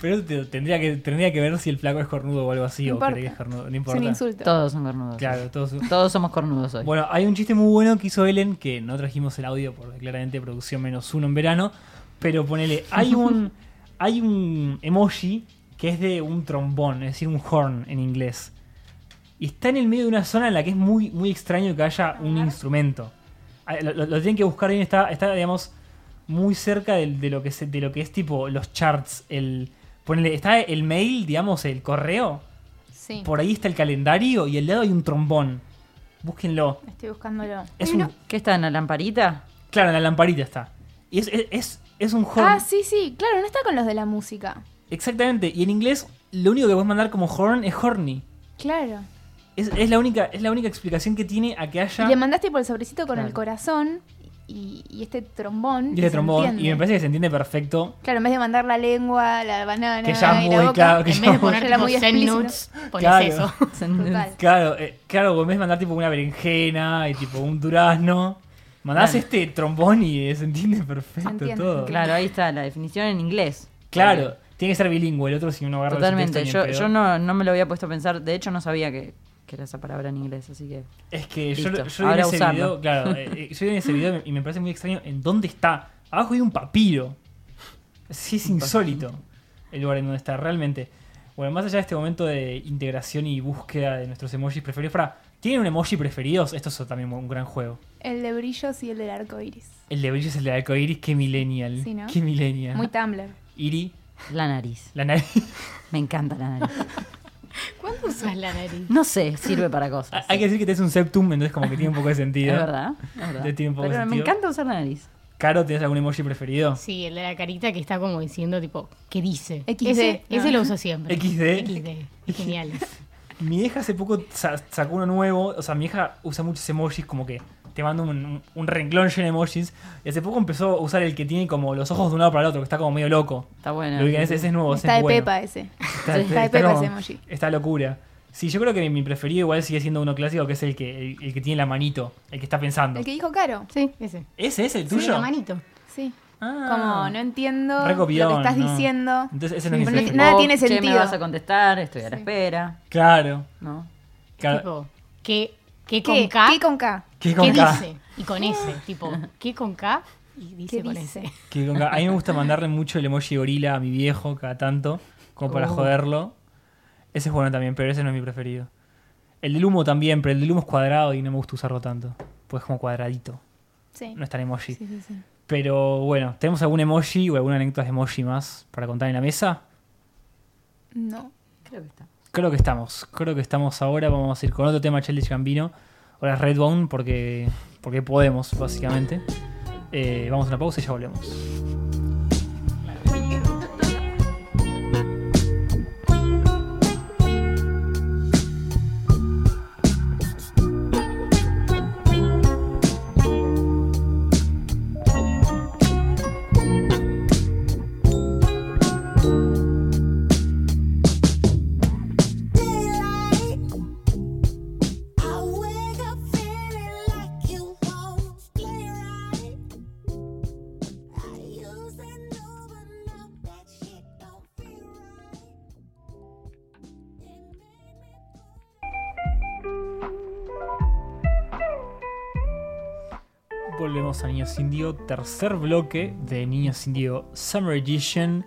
[SPEAKER 4] Pero eso te- tendría que, tendría que ver si el flaco es cornudo o algo así,
[SPEAKER 5] No
[SPEAKER 4] o cree que es
[SPEAKER 5] importa.
[SPEAKER 4] cornudo. No
[SPEAKER 5] Es
[SPEAKER 4] importa.
[SPEAKER 5] un insulto.
[SPEAKER 6] Todos son cornudos.
[SPEAKER 4] Claro, todo su-
[SPEAKER 6] Todos somos cornudos hoy.
[SPEAKER 4] Bueno, hay un chiste muy bueno que hizo Ellen, que no trajimos el audio porque claramente producción menos uno en verano, pero ponele, hay un, hay un emoji que es de un trombón, es decir, un horn en inglés. Y está en el medio de una zona en la que es muy, muy extraño que haya un instrumento. Ah, Lo, lo- lo tienen que buscar bien, está, está digamos, muy cerca del- de, lo que se- de lo que es tipo los charts, el... Ponele, está el mail, digamos, el correo.
[SPEAKER 5] Sí,
[SPEAKER 4] Por ahí está el calendario y al lado hay un trombón. Búsquenlo.
[SPEAKER 5] estoy buscándolo.
[SPEAKER 4] Es
[SPEAKER 5] Hay uno-
[SPEAKER 4] un-
[SPEAKER 6] ¿Qué está en la lamparita?
[SPEAKER 4] Claro, en la lamparita está. Y es, es- es- es un horn.
[SPEAKER 5] Ah, sí, sí, claro, no está con los de la música.
[SPEAKER 4] Exactamente. Y en inglés, lo único que puedes mandar como horn es horny.
[SPEAKER 5] Claro.
[SPEAKER 4] Es, es la única, es la única explicación que tiene a que
[SPEAKER 5] Y
[SPEAKER 4] haya.
[SPEAKER 5] le mandaste por el sobrecito con
[SPEAKER 4] Claro.
[SPEAKER 5] el corazón y, y este trombón.
[SPEAKER 4] Y
[SPEAKER 5] que
[SPEAKER 4] este
[SPEAKER 5] se
[SPEAKER 4] trombón.
[SPEAKER 5] entiende.
[SPEAKER 4] Y me parece que se entiende perfecto.
[SPEAKER 5] Claro, en vez de mandar la lengua, la banana,
[SPEAKER 4] Que ya
[SPEAKER 5] y
[SPEAKER 4] muy
[SPEAKER 5] la boca,
[SPEAKER 4] claro, que
[SPEAKER 9] En
[SPEAKER 4] ya
[SPEAKER 9] vez de
[SPEAKER 4] muy-
[SPEAKER 9] poner
[SPEAKER 5] Era
[SPEAKER 9] tipo
[SPEAKER 5] muy
[SPEAKER 9] Zen
[SPEAKER 5] explícito.
[SPEAKER 9] Nudes, pones
[SPEAKER 4] Claro.
[SPEAKER 9] eso.
[SPEAKER 5] Total.
[SPEAKER 4] Claro, eh, claro, en vez de mandar tipo una berenjena y tipo un durazno. Mandás
[SPEAKER 6] Claro.
[SPEAKER 4] este trombón y eh, se entiende perfecto
[SPEAKER 5] entiende,
[SPEAKER 4] todo. Claro.
[SPEAKER 6] Claro, ahí está la definición en inglés.
[SPEAKER 4] tiene que ser bilingüe, el otro si uno agarra el
[SPEAKER 6] Totalmente.
[SPEAKER 4] subtexto
[SPEAKER 6] Yo,
[SPEAKER 4] ni en
[SPEAKER 6] yo
[SPEAKER 4] pedo.
[SPEAKER 6] no, no me lo había puesto a pensar. De hecho, no sabía que, que era esa palabra en inglés, así que.
[SPEAKER 4] Es que yo,
[SPEAKER 6] Listo,
[SPEAKER 4] yo vi en
[SPEAKER 6] ahora
[SPEAKER 4] ese
[SPEAKER 6] usarlo.
[SPEAKER 4] video, claro, eh, eh, yo vi en ese video y me parece muy extraño en dónde está. Abajo hay un papiro. Sí, es insólito el lugar en donde está, realmente. Bueno, más allá de este momento de integración y búsqueda de nuestros emojis preferidos, para, ¿tienen un emoji preferidos? Esto es también un gran juego.
[SPEAKER 5] El de brillos y el del arco iris.
[SPEAKER 4] El de brillo es el de arcoiris, qué millennial.
[SPEAKER 5] Sí, ¿no?
[SPEAKER 4] Qué millennial.
[SPEAKER 5] Muy Tumblr.
[SPEAKER 4] Iri,
[SPEAKER 6] La nariz.
[SPEAKER 4] la nariz.
[SPEAKER 6] Me encanta la nariz.
[SPEAKER 9] ¿Cuándo usas la nariz?
[SPEAKER 6] No sé, sirve para cosas.
[SPEAKER 4] hay que decir que tenés un septum, entonces como que tiene un poco de
[SPEAKER 6] Es
[SPEAKER 4] sentido.
[SPEAKER 6] verdad. es verdad.
[SPEAKER 4] Te tiene un poco
[SPEAKER 6] Pero me
[SPEAKER 4] sentido.
[SPEAKER 6] encanta usar la nariz.
[SPEAKER 4] Caro, ¿tenés algún emoji preferido?
[SPEAKER 9] Sí, el de la carita que está como diciendo, tipo, ¿qué dice?
[SPEAKER 5] XD,
[SPEAKER 9] Ese,
[SPEAKER 5] no.
[SPEAKER 9] ese lo uso siempre.
[SPEAKER 4] XD.
[SPEAKER 9] XD. Genial.
[SPEAKER 4] Mi hija hace poco sa- sacó uno nuevo. O sea, mi hija usa muchos emojis, como que te manda un, un- un renglón lleno de emojis. Y hace poco empezó a usar el que tiene como los ojos de un lado para el otro, que está como medio loco.
[SPEAKER 6] Está bueno.
[SPEAKER 4] Lo ubican, ese, ese es nuevo, ese es
[SPEAKER 5] Está de
[SPEAKER 4] bueno.
[SPEAKER 5] Pepa ese.
[SPEAKER 4] Está,
[SPEAKER 5] Sí, está de Pepa
[SPEAKER 4] como-
[SPEAKER 5] ese emoji.
[SPEAKER 4] Está locura. Sí, yo creo que mi, mi preferido igual sigue siendo uno clásico, que es el que, el, el que tiene la manito, el que está pensando.
[SPEAKER 5] El que dijo Caro.
[SPEAKER 9] Sí, ese.
[SPEAKER 4] ¿Ese es el
[SPEAKER 9] Sí,
[SPEAKER 4] tuyo?
[SPEAKER 9] la manito.
[SPEAKER 5] Sí.
[SPEAKER 4] Ah.
[SPEAKER 5] Como no entiendo
[SPEAKER 4] Re copión,
[SPEAKER 5] lo que estás
[SPEAKER 4] no.
[SPEAKER 5] diciendo.
[SPEAKER 4] Entonces ese no es mi
[SPEAKER 5] Pero no-
[SPEAKER 4] preferido.
[SPEAKER 5] nada tiene
[SPEAKER 6] che,
[SPEAKER 5] sentido.
[SPEAKER 6] me vas a contestar, estoy a la espera.
[SPEAKER 4] Claro.
[SPEAKER 6] ¿No?
[SPEAKER 4] Claro.
[SPEAKER 9] Tipo, ¿qué, qué con
[SPEAKER 5] ¿Qué?
[SPEAKER 9] K?
[SPEAKER 5] ¿Qué con K?
[SPEAKER 4] ¿Qué con
[SPEAKER 9] ¿Qué
[SPEAKER 4] K?
[SPEAKER 9] dice? Y con ese, tipo, ¿qué con K? Y dice
[SPEAKER 5] ¿Qué
[SPEAKER 9] con
[SPEAKER 5] dice?
[SPEAKER 9] ese.
[SPEAKER 4] Que con- a mí me gusta mandarle mucho el emoji gorila a mi viejo cada tanto, como para
[SPEAKER 6] Oh.
[SPEAKER 4] joderlo. Ese es bueno también, pero ese no es mi preferido. El del humo también, pero el del humo es cuadrado y no me gusta usarlo tanto. Pues es como cuadradito,
[SPEAKER 5] Sí.
[SPEAKER 4] no es tan emoji.
[SPEAKER 5] Sí, sí, sí.
[SPEAKER 4] Pero bueno, ¿tenemos algún emoji o alguna anécdota de emoji más para contar en la mesa?
[SPEAKER 5] No.
[SPEAKER 6] Creo que está.
[SPEAKER 4] Creo que estamos, creo que estamos ahora. Vamos a ir con otro tema, Chelsea Gambino. Ahora es Redbone, porque, porque podemos, básicamente. Eh, vamos a una pausa y ya volvemos. Volvemos a Niños Indio, tercer bloque de Niños Indio Summer Edition.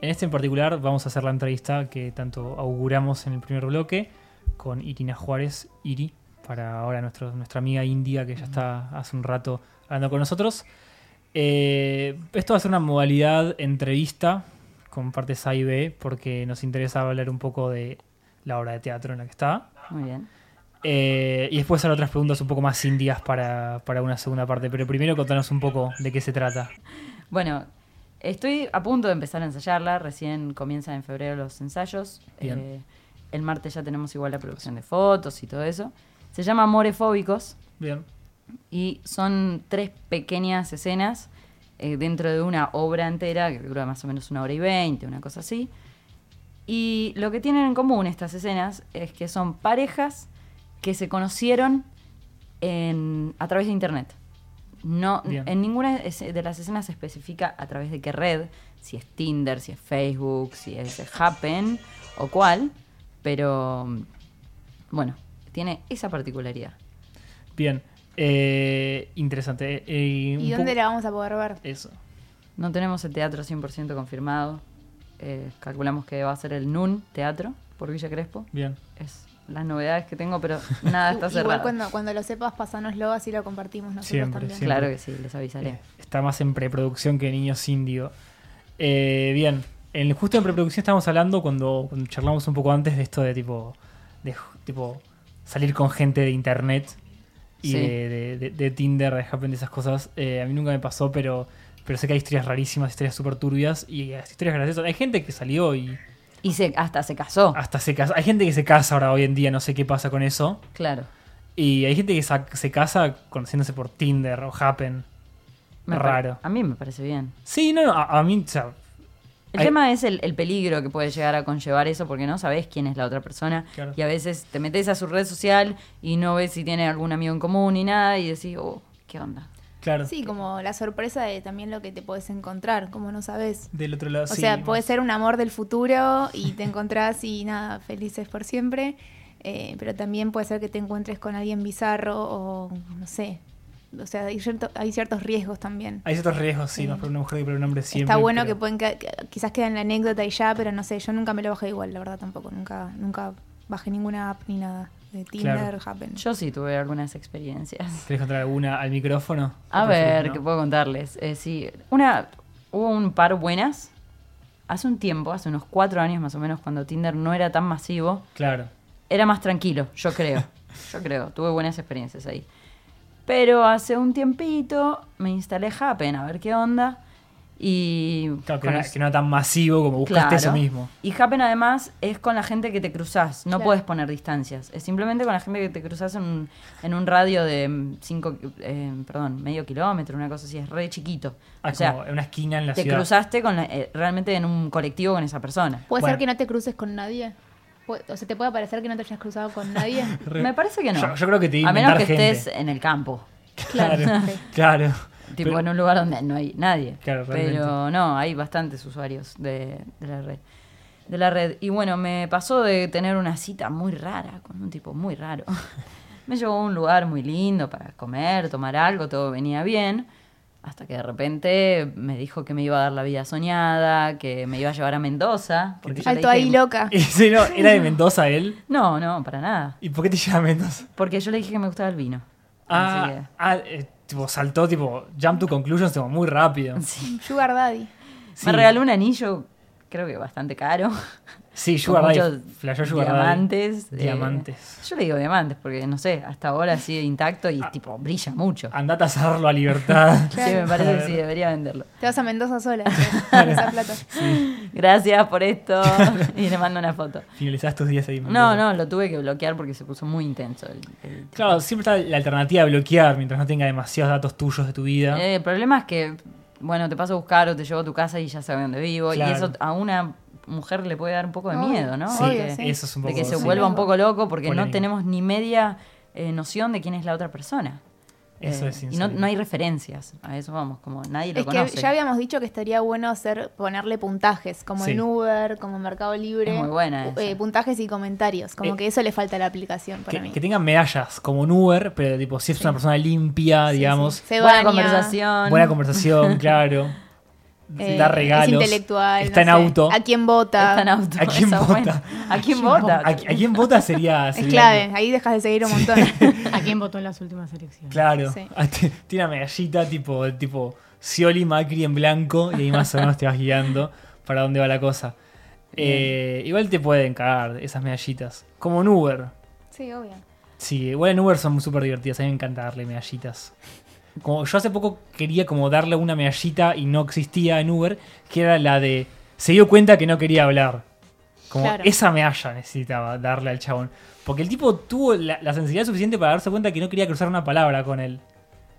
[SPEAKER 4] En este en particular vamos a hacer la entrevista que tanto auguramos en el primer bloque con Irina Juárez, Iri, para ahora nuestro- nuestra amiga india que ya está hace un rato hablando con nosotros. Eh, esto va a ser una modalidad entrevista con partes A y B porque nos interesa hablar un poco de la obra de teatro en la que está.
[SPEAKER 6] Muy bien.
[SPEAKER 4] Eh, y después habrá otras preguntas un poco más indias para, para una segunda parte. Pero primero contanos un poco de qué se trata.
[SPEAKER 6] Bueno, estoy a punto de empezar a ensayarla. Recién comienzan en febrero los ensayos.
[SPEAKER 4] Bien.
[SPEAKER 6] Eh, el martes ya tenemos igual la producción de fotos y todo eso. Se llama Morefóbicos
[SPEAKER 4] Bien.
[SPEAKER 6] y son tres pequeñas escenas eh, dentro de una obra entera que dura más o menos una hora y veinte, una cosa así. Y lo que tienen en común estas escenas es que son parejas que se conocieron en- a través de internet. No,
[SPEAKER 4] Bien.
[SPEAKER 6] en ninguna es- de las escenas se especifica a través de qué red, si es Tinder, si es Facebook, si es Happen o cuál, pero mm, bueno, tiene esa particularidad.
[SPEAKER 4] Bien. Eh, interesante. Eh, un
[SPEAKER 5] ¿Y dónde
[SPEAKER 4] poco-
[SPEAKER 5] la vamos a poder ver?
[SPEAKER 4] Eso.
[SPEAKER 6] No tenemos el teatro 100% confirmado. Eh, calculamos que va a ser el NUN Teatro por Villa Crespo.
[SPEAKER 4] Bien.
[SPEAKER 6] Es las novedades que tengo, pero nada Ah, está cerrado.
[SPEAKER 5] Igual cuando, cuando lo sepas, pasanoslo así lo compartimos nosotros
[SPEAKER 4] Siempre,
[SPEAKER 5] también.
[SPEAKER 4] siempre.
[SPEAKER 6] Claro que sí, les avisaré.
[SPEAKER 4] Eh, está más en preproducción que Niños Indio. Eh, bien. En- justo en preproducción estábamos hablando cuando, cuando charlamos un poco antes de esto de tipo. de ju- tipo salir con gente de internet y
[SPEAKER 6] Sí.
[SPEAKER 4] de, de- de- de Tinder, de Happen, de esas cosas. Eh, a mí nunca me pasó, pero. Pero sé que hay historias rarísimas, historias súper turbias y eh, historias graciosas. Hay gente que salió y
[SPEAKER 6] Y se, hasta se casó.
[SPEAKER 4] hasta se casa. Hay gente que se casa ahora hoy en día, no sé qué pasa con eso.
[SPEAKER 6] Claro.
[SPEAKER 4] Y hay gente que sa- se casa conociéndose por Tinder o Happen.
[SPEAKER 6] Me par-
[SPEAKER 4] Raro.
[SPEAKER 6] A mí me parece bien.
[SPEAKER 4] Sí, no, no, a, a mí, o sea,
[SPEAKER 6] El
[SPEAKER 4] Hay-
[SPEAKER 6] tema es el, el peligro que puede llegar a conllevar eso porque no sabes quién es la otra persona
[SPEAKER 4] Claro.
[SPEAKER 6] y a veces te metes a su red social y no ves si tiene algún amigo en común ni nada y decís, oh, ¿qué onda?
[SPEAKER 4] claro.
[SPEAKER 5] Sí, como la sorpresa de también lo que te puedes encontrar, como no sabes.
[SPEAKER 4] Del otro lado,
[SPEAKER 5] O sea, puede ser un amor del futuro y te encontrás y nada, felices por siempre. eh, pero también puede ser que te encuentres con alguien bizarro o no sé. O sea, hay, cierto- hay ciertos riesgos también.
[SPEAKER 4] Hay ciertos riesgos, sí,
[SPEAKER 5] Sí.
[SPEAKER 4] más para una mujer que para un hombre siempre.
[SPEAKER 5] Está bueno
[SPEAKER 4] pero-
[SPEAKER 5] que pueden que- que quizás queda en la anécdota y ya, pero no sé, yo nunca me lo bajé igual, la verdad tampoco, nunca nunca bajé ninguna app ni nada de Tinder,
[SPEAKER 4] Claro.
[SPEAKER 5] Happen.
[SPEAKER 6] Yo sí tuve algunas experiencias.
[SPEAKER 4] ¿Querés contar alguna al micrófono?
[SPEAKER 6] A
[SPEAKER 4] ¿O preferís
[SPEAKER 6] ver,
[SPEAKER 4] no?
[SPEAKER 6] ¿qué puedo contarles? Eh, sí, una, hubo un par buenas. Hace un tiempo, hace unos cuatro años más o menos, cuando Tinder no era tan masivo,
[SPEAKER 4] Claro.
[SPEAKER 6] era más tranquilo, yo creo. yo creo, tuve buenas experiencias ahí. Pero hace un tiempito me instalé Happen a ver qué onda. Y.
[SPEAKER 4] Claro, que, no,
[SPEAKER 6] conocí-
[SPEAKER 4] que no era tan masivo como
[SPEAKER 6] Claro.
[SPEAKER 4] buscaste eso mismo.
[SPEAKER 6] Y Happen además es con la gente que te cruzas, no
[SPEAKER 5] Claro.
[SPEAKER 6] puedes poner distancias. Es simplemente con la gente que te cruzas en, un- en un radio de mm, cinco, ki- eh, perdón, medio kilómetro, una cosa así, es re chiquito.
[SPEAKER 4] Ah,
[SPEAKER 6] o sea,
[SPEAKER 4] como en una esquina en la
[SPEAKER 6] te
[SPEAKER 4] ciudad.
[SPEAKER 6] cruzaste con la- eh, realmente en un colectivo con esa persona.
[SPEAKER 9] ¿Puede
[SPEAKER 4] Bueno.
[SPEAKER 9] ser que no te cruces con nadie? Pu- O sea, ¿te puede parecer que no te hayas cruzado con nadie?
[SPEAKER 4] Re-
[SPEAKER 6] Me parece que no.
[SPEAKER 4] Yo, yo creo que te iba
[SPEAKER 6] A
[SPEAKER 4] a
[SPEAKER 6] menos
[SPEAKER 4] inventar
[SPEAKER 6] que
[SPEAKER 4] gente.
[SPEAKER 6] estés en el campo,
[SPEAKER 4] Claro, claro.
[SPEAKER 6] tipo
[SPEAKER 4] Pero-
[SPEAKER 6] en un lugar donde no hay nadie.
[SPEAKER 4] Claro,
[SPEAKER 6] Pero
[SPEAKER 4] realmente.
[SPEAKER 6] no, hay bastantes usuarios de, de la red. De la red. Y bueno, me pasó de tener una cita muy rara con un tipo muy raro. me llevó a un lugar muy lindo para comer, tomar algo, todo venía bien. Hasta que de repente me dijo que me iba a dar la vida soñada, que me iba a llevar a Mendoza. porque yo le
[SPEAKER 5] Alto
[SPEAKER 6] dije-
[SPEAKER 5] ahí loca.
[SPEAKER 4] Y si no, era de Mendoza él.
[SPEAKER 6] No, no, para nada.
[SPEAKER 4] ¿Y por qué te lleva a Mendoza?
[SPEAKER 6] Porque yo le dije que me gustaba el vino. Así
[SPEAKER 4] Ah,
[SPEAKER 6] que-
[SPEAKER 4] ah, eh, tipo, saltó, tipo, jump to conclusions, tipo, muy rápido.
[SPEAKER 5] Sugar Daddy.
[SPEAKER 4] Sí.
[SPEAKER 6] Me regaló un anillo, creo que bastante caro.
[SPEAKER 4] Sí,
[SPEAKER 6] con
[SPEAKER 4] Sugar Daddy.
[SPEAKER 6] muchos
[SPEAKER 4] Flasheó Sugar Daddy.
[SPEAKER 6] diamantes. eh,
[SPEAKER 4] Diamantes. Ah.
[SPEAKER 6] yo le digo diamantes porque, no sé, hasta ahora sigue intacto y tipo brilla mucho.
[SPEAKER 4] Andate a hacerlo a libertad.
[SPEAKER 6] Sí, me parece que sí, debería venderlo.
[SPEAKER 5] Te vas a Mendoza sola con esa plata.
[SPEAKER 6] Gracias por esto. y le mando una foto.
[SPEAKER 4] Finalizás tus días ahí.
[SPEAKER 6] No,
[SPEAKER 4] Mendoza.
[SPEAKER 6] no, lo tuve que bloquear porque se puso muy intenso. El, el-
[SPEAKER 4] Claro, siempre está la alternativa de bloquear mientras no tenga demasiados datos tuyos de tu vida.
[SPEAKER 6] Eh, el problema es que, bueno, te paso a buscar o te llevo a tu casa y ya sabe dónde vivo. Y
[SPEAKER 4] Claro.
[SPEAKER 6] eso a una mujer le puede dar un poco de
[SPEAKER 5] Obvio,
[SPEAKER 6] miedo, ¿no?
[SPEAKER 4] sí,
[SPEAKER 5] obvio,
[SPEAKER 6] De-
[SPEAKER 5] sí.
[SPEAKER 4] eso es un poco.
[SPEAKER 6] de que se
[SPEAKER 4] sí.
[SPEAKER 6] vuelva un poco loco porque no
[SPEAKER 4] Polémico.
[SPEAKER 6] tenemos ni media eh, noción de quién es la otra persona.
[SPEAKER 4] Eso es
[SPEAKER 6] y no,
[SPEAKER 4] insólito.
[SPEAKER 6] no hay referencias, a eso vamos, como nadie lo
[SPEAKER 5] Es
[SPEAKER 6] conoce.
[SPEAKER 5] que ya habíamos dicho que estaría bueno hacer ponerle puntajes, como
[SPEAKER 4] Sí.
[SPEAKER 5] en Uber, como en Mercado Libre.
[SPEAKER 6] Es muy buena esa.
[SPEAKER 5] eh, puntajes y comentarios, como
[SPEAKER 4] Eh,
[SPEAKER 5] que eso le falta a la aplicación para
[SPEAKER 4] Que,
[SPEAKER 5] mí.
[SPEAKER 4] que tengan medallas, como un Uber, pero tipo, si es una persona limpia, digamos,
[SPEAKER 5] Sí, sí. Se
[SPEAKER 6] Buena
[SPEAKER 5] baña.
[SPEAKER 6] conversación.
[SPEAKER 4] buena conversación, claro.
[SPEAKER 5] Eh,
[SPEAKER 4] da regalos.
[SPEAKER 5] Es intelectual.
[SPEAKER 4] Está en
[SPEAKER 5] no sé,
[SPEAKER 4] auto.
[SPEAKER 5] ¿A quién vota?
[SPEAKER 6] Está en auto,
[SPEAKER 4] ¿A quién
[SPEAKER 6] esa
[SPEAKER 4] vota?
[SPEAKER 6] buena. ¿A quién vota?
[SPEAKER 4] ¿A, a quién vota sería?
[SPEAKER 5] Es
[SPEAKER 4] sería-
[SPEAKER 5] clave, ahí dejas de seguir un montón.
[SPEAKER 9] ¿A quién votó en las últimas elecciones?
[SPEAKER 4] Claro.
[SPEAKER 5] Sí.
[SPEAKER 4] Ah, t- Tiene una medallita tipo, tipo Scioli, Macri en blanco y ahí más o menos te vas guiando para dónde va la cosa. Eh, igual te pueden cagar esas medallitas. Como en Uber.
[SPEAKER 5] sí, obvio.
[SPEAKER 4] Sí, igual en Uber son súper divertidas. A mí me encanta darle medallitas. Como yo hace poco quería como darle una medallita y no existía en Uber, que era la de se dio cuenta que no quería hablar. Como
[SPEAKER 5] Claro.
[SPEAKER 4] esa medalla necesitaba darle al chabón. Porque el tipo tuvo la, la sensibilidad suficiente para darse cuenta que no quería cruzar una palabra con él.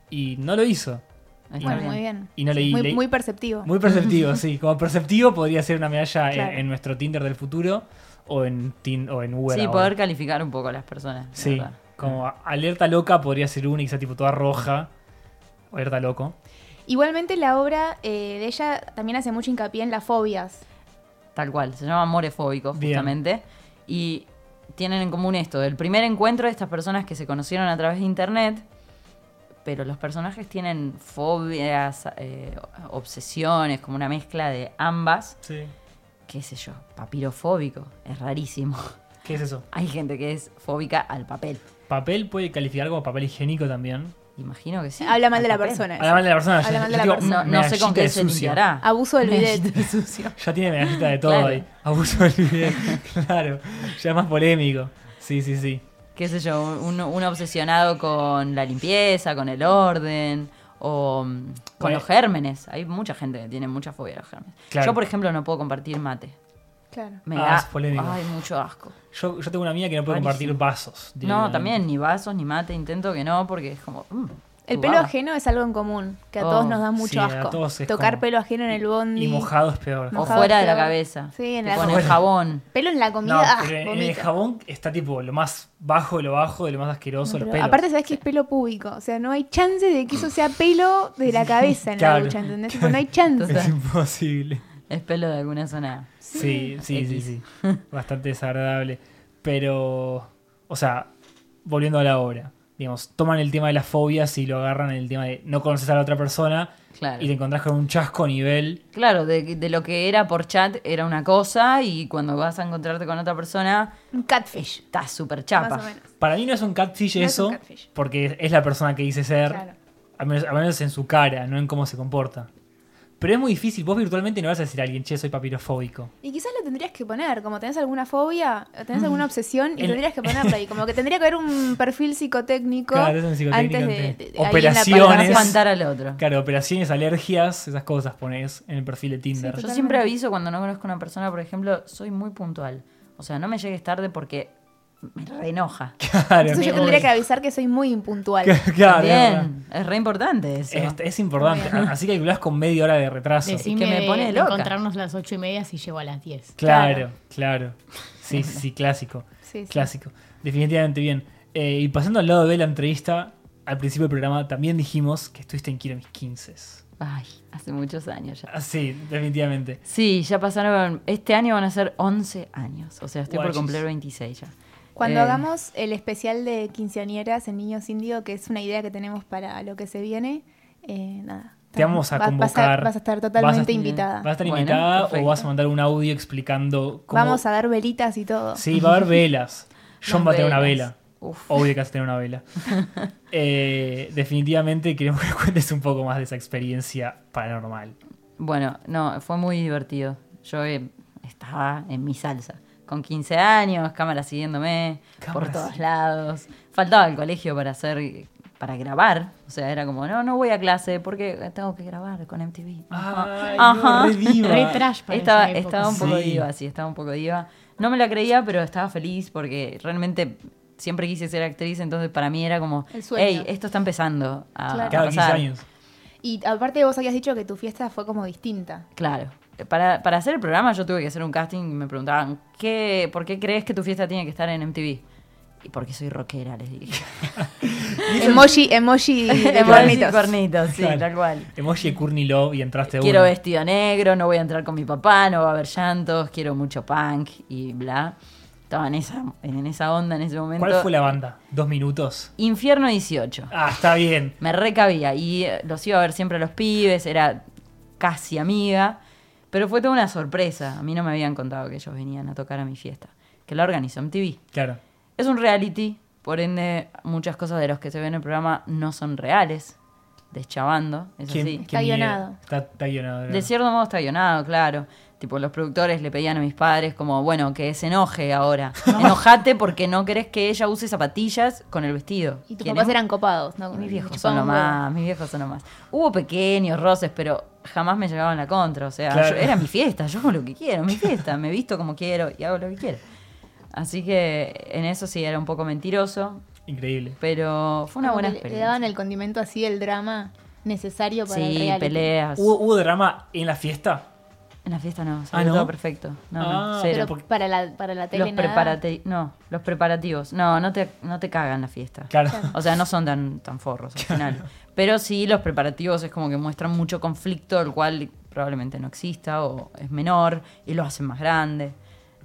[SPEAKER 4] Y no lo hizo.
[SPEAKER 6] Está
[SPEAKER 5] Bueno,
[SPEAKER 6] bien.
[SPEAKER 5] muy bien.
[SPEAKER 4] Y no leí.
[SPEAKER 5] Muy,
[SPEAKER 4] leí-
[SPEAKER 5] muy perceptivo.
[SPEAKER 4] muy perceptivo, sí. Como perceptivo podría ser una medalla en-
[SPEAKER 5] Claro.
[SPEAKER 4] en, nuestro Tinder del futuro o en, Tin- o en Uber.
[SPEAKER 6] Sí,
[SPEAKER 4] ahora.
[SPEAKER 6] poder calificar un poco a las personas. la
[SPEAKER 4] Sí,
[SPEAKER 6] verdad.
[SPEAKER 4] como a- alerta loca podría ser una y que sea tipo toda roja. O Alerta loco.
[SPEAKER 5] Igualmente la obra eh, de ella también hace mucho hincapié en las fobias.
[SPEAKER 6] Tal cual, se llama Morefóbico,
[SPEAKER 4] Bien.
[SPEAKER 6] justamente. Y tienen en común esto: el primer encuentro de estas personas que se conocieron a través de internet, pero los personajes tienen fobias, eh, obsesiones, como una mezcla de ambas.
[SPEAKER 4] Sí.
[SPEAKER 6] ¿Qué sé yo? Papirofóbico, es rarísimo.
[SPEAKER 4] ¿Qué es eso?
[SPEAKER 6] Hay gente que es fóbica al papel.
[SPEAKER 4] Papel puede calificar como papel higiénico también.
[SPEAKER 6] Imagino que sí.
[SPEAKER 5] Habla mal
[SPEAKER 6] al
[SPEAKER 5] de la
[SPEAKER 6] papel.
[SPEAKER 5] persona.
[SPEAKER 4] Habla mal de la persona.
[SPEAKER 5] Habla
[SPEAKER 4] yo-
[SPEAKER 5] mal
[SPEAKER 4] yo
[SPEAKER 5] de la
[SPEAKER 4] digo, "Mm,
[SPEAKER 6] No, no sé
[SPEAKER 4] medallita
[SPEAKER 6] con qué
[SPEAKER 4] de
[SPEAKER 6] se
[SPEAKER 4] sucio.
[SPEAKER 6] limpiará.
[SPEAKER 5] Abuso del bidet.
[SPEAKER 6] Medallita de sucio.
[SPEAKER 4] Ya tiene medallita de todo
[SPEAKER 6] Claro.
[SPEAKER 4] ahí. Abuso del video. claro. Ya es más polémico. Sí, sí, sí.
[SPEAKER 6] qué sé yo, un, un obsesionado con la limpieza, con el orden, o mm, con
[SPEAKER 4] Bueno.
[SPEAKER 6] los gérmenes. Hay mucha gente que tiene mucha fobia a los gérmenes.
[SPEAKER 4] Claro.
[SPEAKER 6] Yo, por ejemplo, no puedo compartir mate.
[SPEAKER 5] Claro.
[SPEAKER 6] Me
[SPEAKER 4] Ah,
[SPEAKER 6] da
[SPEAKER 4] es polémico.
[SPEAKER 6] ay, mucho asco.
[SPEAKER 4] Yo, yo tengo una mía que no puede
[SPEAKER 6] Rarísimo.
[SPEAKER 4] compartir vasos.
[SPEAKER 6] No,
[SPEAKER 4] directamente.
[SPEAKER 6] también, ni vasos, ni mate, intento que no, porque es como... mm,
[SPEAKER 5] El
[SPEAKER 6] tu
[SPEAKER 5] pelo
[SPEAKER 6] baba.
[SPEAKER 5] ajeno es algo en común, que a
[SPEAKER 6] Oh,
[SPEAKER 5] todos nos da
[SPEAKER 4] Sí,
[SPEAKER 5] mucho
[SPEAKER 4] a
[SPEAKER 5] asco.
[SPEAKER 4] todos es
[SPEAKER 5] Tocar
[SPEAKER 4] como-
[SPEAKER 5] pelo ajeno en el bondi.
[SPEAKER 4] Y mojado es peor.
[SPEAKER 6] O
[SPEAKER 5] Mojado
[SPEAKER 6] fuera de la
[SPEAKER 5] peor.
[SPEAKER 6] cabeza.
[SPEAKER 5] Sí, en
[SPEAKER 6] Te
[SPEAKER 5] la-
[SPEAKER 6] ponen
[SPEAKER 4] Bueno.
[SPEAKER 6] jabón.
[SPEAKER 5] Pelo en la comida.
[SPEAKER 4] No,
[SPEAKER 5] ah,
[SPEAKER 4] porque en el
[SPEAKER 5] vomito.
[SPEAKER 4] jabón está tipo lo más bajo de lo bajo, de lo más asqueroso, los
[SPEAKER 5] Pero
[SPEAKER 4] pelos.
[SPEAKER 5] Aparte, sabes que es pelo público. O sea, no hay chance de que eso sea pelo de la cabeza en
[SPEAKER 4] Claro.
[SPEAKER 5] la ducha, ¿entendés? Tipo, no hay chance.
[SPEAKER 6] Total.
[SPEAKER 4] es imposible.
[SPEAKER 6] Es pelo de alguna zona.
[SPEAKER 4] Sí, sí, sí,
[SPEAKER 6] X.
[SPEAKER 4] sí. Bastante desagradable. Pero, o sea, volviendo a la obra. Digamos, toman el tema de las fobias y lo agarran en el tema de no conoces a la otra persona
[SPEAKER 6] Claro.
[SPEAKER 4] y te encontrás con un chasco a nivel.
[SPEAKER 6] Claro, de, de lo que era por chat era una cosa y cuando vas a encontrarte con otra persona,
[SPEAKER 5] Un catfish.
[SPEAKER 6] está súper
[SPEAKER 5] Más
[SPEAKER 6] chapa.
[SPEAKER 5] o menos.
[SPEAKER 4] Para mí no es un catfish
[SPEAKER 5] No es
[SPEAKER 4] eso,
[SPEAKER 5] un catfish.
[SPEAKER 4] porque es la persona que dice ser,
[SPEAKER 5] Claro.
[SPEAKER 4] al, menos, al menos en su cara, no en cómo se comporta. Pero es muy difícil, vos virtualmente no vas a decir a alguien, che, soy papirofóbico.
[SPEAKER 5] Y quizás lo tendrías que poner, como tenés alguna fobia, o tenés
[SPEAKER 4] Mm.
[SPEAKER 5] alguna obsesión y
[SPEAKER 4] El-
[SPEAKER 5] tendrías que ponerla ahí. Como que tendría que haber un perfil psicotécnico,
[SPEAKER 4] Claro, es un psicotécnico
[SPEAKER 5] antes de,
[SPEAKER 4] ante-
[SPEAKER 5] de- ahí en la
[SPEAKER 4] Operaciones.
[SPEAKER 6] Para
[SPEAKER 5] palabra.
[SPEAKER 6] espantar al otro.
[SPEAKER 4] Claro, operaciones, alergias, esas cosas pones en el perfil de Tinder.
[SPEAKER 6] Yo siempre aviso cuando no conozco a una persona, por ejemplo, soy muy puntual. O sea, no me llegues tarde porque me reenoja.
[SPEAKER 4] Claro,
[SPEAKER 5] Entonces yo tendría que avisar que soy muy impuntual.
[SPEAKER 4] Claro, claro. Este-
[SPEAKER 6] Bien, es re importante eso.
[SPEAKER 4] Es, es importante. A- Así calculás con media hora de retraso.
[SPEAKER 9] Decime
[SPEAKER 6] me
[SPEAKER 9] de
[SPEAKER 6] pone loca.
[SPEAKER 9] encontrarnos a las ocho y media si llego a las 10.
[SPEAKER 4] Claro, claro. Sí, sí, sí, clásico.
[SPEAKER 5] Sí, sí.
[SPEAKER 4] Clásico. Definitivamente bien. Eh, y pasando al lado de la entrevista, al principio del programa también dijimos que estuviste en Quiero mis 15.
[SPEAKER 6] Ay, hace muchos años ya.
[SPEAKER 4] Ah, sí, definitivamente.
[SPEAKER 6] Sí, ya pasaron. Este año van a ser 11 años. O sea, estoy por
[SPEAKER 4] Guachis.
[SPEAKER 6] cumplir 26 ya.
[SPEAKER 5] Cuando
[SPEAKER 6] Eh,
[SPEAKER 5] hagamos el especial de quinceañeras en Niños Indio, que es una idea que tenemos para lo que se viene, eh, nada.
[SPEAKER 4] Te vamos a
[SPEAKER 5] Vas- vas
[SPEAKER 4] convocar.
[SPEAKER 5] Vas a, estar totalmente
[SPEAKER 4] Vas a-
[SPEAKER 5] invitada.
[SPEAKER 4] ¿Vas a estar
[SPEAKER 6] Bueno,
[SPEAKER 4] invitada
[SPEAKER 6] perfecto.
[SPEAKER 4] o vas a mandar un audio explicando cómo.
[SPEAKER 5] Vamos a dar velitas y todo.
[SPEAKER 4] Sí, va a haber velas. John
[SPEAKER 6] Las
[SPEAKER 4] va a tener una
[SPEAKER 6] velas.
[SPEAKER 4] vela.
[SPEAKER 6] Uf.
[SPEAKER 4] Obvio que vas a tener una vela. Eh, definitivamente queremos que cuentes un poco más de esa experiencia paranormal.
[SPEAKER 6] Bueno, no, fue muy divertido. Yo eh, estaba en mi salsa. Con 15 años, cámara siguiéndome
[SPEAKER 4] Cámara
[SPEAKER 6] por todos
[SPEAKER 4] siguiendo.
[SPEAKER 6] lados. Faltaba el colegio para hacer para grabar, o sea, era como, no, no voy a clase porque tengo que grabar con MTV.
[SPEAKER 4] Ay,
[SPEAKER 6] Ajá.
[SPEAKER 4] no, re diva.
[SPEAKER 9] Re trash para
[SPEAKER 6] Estaba,
[SPEAKER 9] esa época.
[SPEAKER 6] estaba un poco
[SPEAKER 4] Sí.
[SPEAKER 6] diva, sí, estaba un poco diva. No me la creía, pero estaba feliz porque realmente siempre quise ser actriz, entonces para mí era como,
[SPEAKER 5] El sueño.
[SPEAKER 6] hey, esto está empezando a,
[SPEAKER 5] Claro.
[SPEAKER 6] a
[SPEAKER 4] Cada 15
[SPEAKER 6] pasar".
[SPEAKER 4] años.
[SPEAKER 5] Y aparte vos habías dicho que tu fiesta fue como distinta.
[SPEAKER 6] Claro. Eh, Para, para hacer el programa yo tuve que hacer un casting y me preguntaban, ¿qué, ¿por qué crees que tu fiesta tiene que estar en MTV? Y porque soy rockera, les dije.
[SPEAKER 5] Emoji, emoji, de
[SPEAKER 6] Cornitos.
[SPEAKER 5] cuernitos.
[SPEAKER 6] Cornitos, sí,
[SPEAKER 4] Claro.
[SPEAKER 6] tal cual.
[SPEAKER 4] Emoji de Courtney Love y entraste de
[SPEAKER 6] Quiero este
[SPEAKER 4] una.
[SPEAKER 6] vestido negro, no voy a entrar con mi papá, no va a haber llantos, quiero mucho punk y bla. Estaba en esa, en esa onda en ese momento.
[SPEAKER 4] ¿Cuál fue la banda? ¿Dos minutos?
[SPEAKER 6] Infierno 18.
[SPEAKER 4] Ah, está bien.
[SPEAKER 6] Me recabía y eh, los iba a ver siempre a los pibes, era casi amiga, pero fue toda una sorpresa. A mí no me habían contado que ellos venían a tocar a mi fiesta, que la organizó MTV.
[SPEAKER 4] Claro.
[SPEAKER 6] Es un reality, por ende muchas cosas de los que se ven en el programa no son reales, deschavando, es
[SPEAKER 4] ¿Quién-
[SPEAKER 6] así.
[SPEAKER 4] quién mide?
[SPEAKER 5] guionado.
[SPEAKER 4] Está, está guionado. claro.
[SPEAKER 6] De cierto modo está guionado, claro. Tipo, los productores le pedían a mis padres como, bueno, que se enoje ahora. Enojate porque no querés que ella use zapatillas con el vestido.
[SPEAKER 9] Y tus
[SPEAKER 6] ¿Quién
[SPEAKER 9] papás
[SPEAKER 6] es?
[SPEAKER 9] eran copados, ¿no?
[SPEAKER 6] Mis
[SPEAKER 9] Chupaban
[SPEAKER 6] viejos son
[SPEAKER 9] un huevo.
[SPEAKER 6] nomás, mis viejos son nomás. Hubo pequeños roces, pero jamás me llevaban la contra. O sea,
[SPEAKER 4] Claro.
[SPEAKER 6] yo- era mi fiesta, yo hago lo que quiero, mi fiesta, me visto como quiero y hago lo que quiero. Así que en eso sí era un poco mentiroso,
[SPEAKER 4] Increíble.
[SPEAKER 6] pero fue una
[SPEAKER 9] Como
[SPEAKER 6] buena
[SPEAKER 9] que Le daban
[SPEAKER 6] experiencia.
[SPEAKER 9] el condimento así, el drama necesario para el
[SPEAKER 6] Sí,
[SPEAKER 9] reality.
[SPEAKER 6] peleas.
[SPEAKER 4] ¿Hubo, hubo drama en la fiesta?
[SPEAKER 6] En la fiesta no,
[SPEAKER 4] Ah,
[SPEAKER 6] salió
[SPEAKER 4] ¿no?
[SPEAKER 6] todo perfecto. No, no,
[SPEAKER 4] Ah,
[SPEAKER 6] cero.
[SPEAKER 9] Pero
[SPEAKER 4] porque-
[SPEAKER 9] para la, para la tele
[SPEAKER 6] los
[SPEAKER 9] nada.
[SPEAKER 6] preparate- no, los preparativos. No, no te, no te cagan la fiesta.
[SPEAKER 4] Claro.
[SPEAKER 6] O sea, no son tan, tan forros al final. Pero sí, los preparativos es como que muestran mucho conflicto, el cual probablemente no exista o es menor y lo hacen más grande.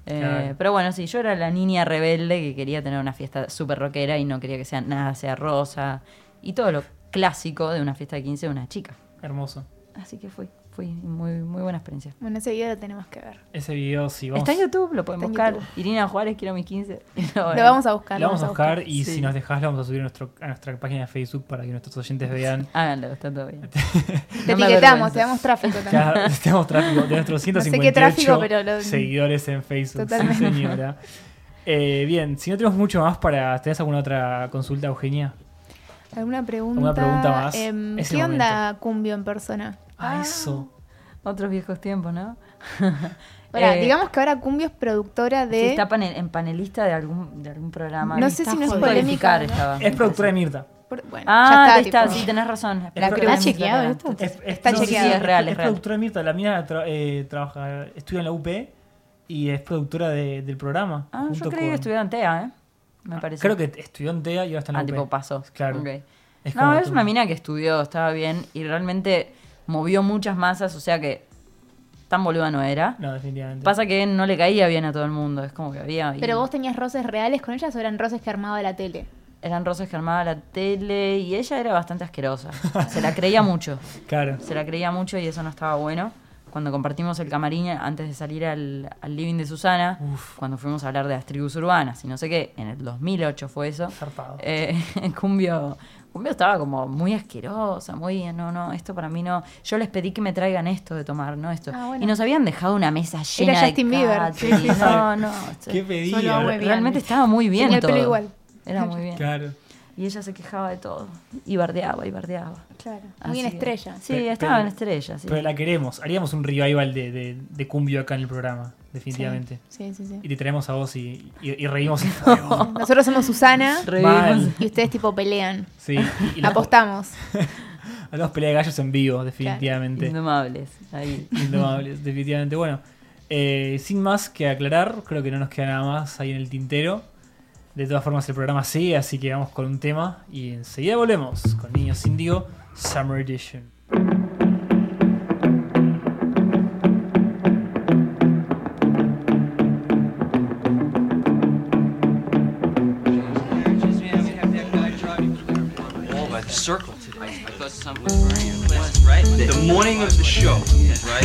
[SPEAKER 6] Eh,
[SPEAKER 4] Claro.
[SPEAKER 6] Pero bueno, sí, yo era la niña rebelde que quería tener una fiesta súper rockera y no quería que sea nada, sea rosa y todo lo clásico de una fiesta de 15 de una chica.
[SPEAKER 4] Hermoso.
[SPEAKER 6] Así que fui, fui muy, muy buena experiencia.
[SPEAKER 5] Bueno, ese video lo tenemos que ver.
[SPEAKER 4] Ese video, sí, vamos.
[SPEAKER 6] Está en YouTube, lo pueden
[SPEAKER 5] Está en
[SPEAKER 6] buscar.
[SPEAKER 5] YouTube.
[SPEAKER 6] Irina Juárez, quiero mis 15.
[SPEAKER 5] Lo vamos a buscar.
[SPEAKER 4] Lo vamos a buscar y
[SPEAKER 6] Sí.
[SPEAKER 4] si nos dejás lo vamos a subir a, nuestro- a nuestra página de Facebook para que nuestros oyentes vean.
[SPEAKER 6] Háganlo, está todo bien. No
[SPEAKER 5] Te
[SPEAKER 6] me
[SPEAKER 5] etiquetamos,
[SPEAKER 6] avergüenzo.
[SPEAKER 5] te damos tráfico también.
[SPEAKER 4] Ya tenemos tráfico de nuestros
[SPEAKER 5] No
[SPEAKER 4] 158
[SPEAKER 5] sé qué tráfico, pero lo-
[SPEAKER 4] seguidores en Facebook. sí,
[SPEAKER 5] Totalmente.
[SPEAKER 4] señora. Eh, bien, si no tenemos mucho más para... ¿Tenés alguna otra consulta, Eugenia?
[SPEAKER 5] ¿Alguna pregunta?
[SPEAKER 4] ¿Alguna pregunta más?
[SPEAKER 5] Em,
[SPEAKER 4] Es el
[SPEAKER 5] ¿Qué onda cumbio en persona?
[SPEAKER 4] Ah, eso.
[SPEAKER 6] Otros viejos tiempos, ¿no?
[SPEAKER 5] Pará,
[SPEAKER 6] Eh,
[SPEAKER 5] digamos que ahora cumbio es productora
[SPEAKER 6] sí,
[SPEAKER 5] de...
[SPEAKER 6] está pane- en panelista de algún, de algún programa.
[SPEAKER 5] No sé si no es
[SPEAKER 6] Puedo
[SPEAKER 5] polémica.
[SPEAKER 6] verificar,
[SPEAKER 5] ¿no?
[SPEAKER 6] estaba.
[SPEAKER 4] Es productora de Mirta.
[SPEAKER 5] Por- bueno,
[SPEAKER 6] Ah,
[SPEAKER 5] ya
[SPEAKER 6] ahí está,
[SPEAKER 5] está. tipo, Ah,
[SPEAKER 6] sí, tenés razón.
[SPEAKER 4] ¿Está
[SPEAKER 6] Productora de
[SPEAKER 9] chequeado
[SPEAKER 6] Mirta
[SPEAKER 9] esto?
[SPEAKER 6] Legrand.
[SPEAKER 4] Es, es-
[SPEAKER 5] Está chequeado.
[SPEAKER 6] Sí, es real, es real.
[SPEAKER 4] productora de Mirta. La mina tra- eh, trabaja, estudia en la UP y es productora de- del programa.
[SPEAKER 6] Ah, yo
[SPEAKER 4] junto
[SPEAKER 6] creí que
[SPEAKER 4] con-
[SPEAKER 6] estudiaba en TEA, ¿eh? Me
[SPEAKER 4] Ah,
[SPEAKER 6] parece.
[SPEAKER 4] Creo que estudió en TEA y ahora está en la
[SPEAKER 6] Ah,
[SPEAKER 4] UP.
[SPEAKER 6] tipo pasó.
[SPEAKER 4] Claro.
[SPEAKER 6] Ok.
[SPEAKER 4] Es
[SPEAKER 6] no,
[SPEAKER 4] como
[SPEAKER 6] es
[SPEAKER 4] tú.
[SPEAKER 6] una mina que estudió, estaba bien y realmente movió muchas masas, o sea que tan boluda no era.
[SPEAKER 4] No, definitivamente.
[SPEAKER 6] Pasa que no le caía bien a todo el mundo, es como que había... ahí-
[SPEAKER 9] Pero vos tenías roces reales con ellas o eran roces que armaba la tele.
[SPEAKER 6] Eran roces que armaba la tele y ella era bastante asquerosa. Se la creía mucho.
[SPEAKER 4] Claro.
[SPEAKER 6] se la creía mucho y eso no estaba bueno. Cuando compartimos el camarín antes de salir al, al living de Susana, cuando fuimos a hablar de las tribus urbanas y no sé qué, en el 2008 fue eso.
[SPEAKER 4] Zarpado.
[SPEAKER 6] Eh, Cumbio, Cumbio estaba como muy asquerosa, muy, no, no, esto para mí no. Yo les pedí que me traigan esto de tomar, no esto.
[SPEAKER 5] Ah, bueno.
[SPEAKER 6] Y nos habían dejado una mesa llena de
[SPEAKER 5] Justin Bieber.
[SPEAKER 6] catering.
[SPEAKER 5] Sí, sí, sí.
[SPEAKER 6] No, no.
[SPEAKER 4] ¿Qué pedía?
[SPEAKER 9] solo agua.
[SPEAKER 6] Realmente estaba muy bien
[SPEAKER 5] Tenía el pelo
[SPEAKER 6] todo.
[SPEAKER 5] igual.
[SPEAKER 6] Era muy bien.
[SPEAKER 4] Claro.
[SPEAKER 6] Y ella se quejaba de todo. Y bardeaba, y bardeaba.
[SPEAKER 5] Claro, muy en
[SPEAKER 6] Así que-
[SPEAKER 5] estrella.
[SPEAKER 6] Sí,
[SPEAKER 4] Pe-
[SPEAKER 6] estaba en
[SPEAKER 4] pero-
[SPEAKER 6] estrella. Sí.
[SPEAKER 4] Pero la queremos. Haríamos un revival de, de, de Cumbio acá en el programa, definitivamente.
[SPEAKER 5] Sí, sí, sí.
[SPEAKER 4] Y te traemos a vos y, y, y reímos. en fuego.
[SPEAKER 5] Nosotros somos Susana
[SPEAKER 4] Mal.
[SPEAKER 5] y ustedes tipo pelean.
[SPEAKER 4] Sí. Y la-
[SPEAKER 5] Apostamos.
[SPEAKER 4] Hagamos pelea de gallos en vivo, definitivamente.
[SPEAKER 6] Indomables. Ahí.
[SPEAKER 4] Indomables, definitivamente. Bueno, eh, sin más que aclarar, creo que no nos queda nada más ahí en el tintero. De todas formas, el programa sigue, así que vamos con un tema y enseguida volvemos con Niños Indio Summer Edition.
[SPEAKER 10] all by the circle today. I thought something was burning your place, right? The morning of the show, right?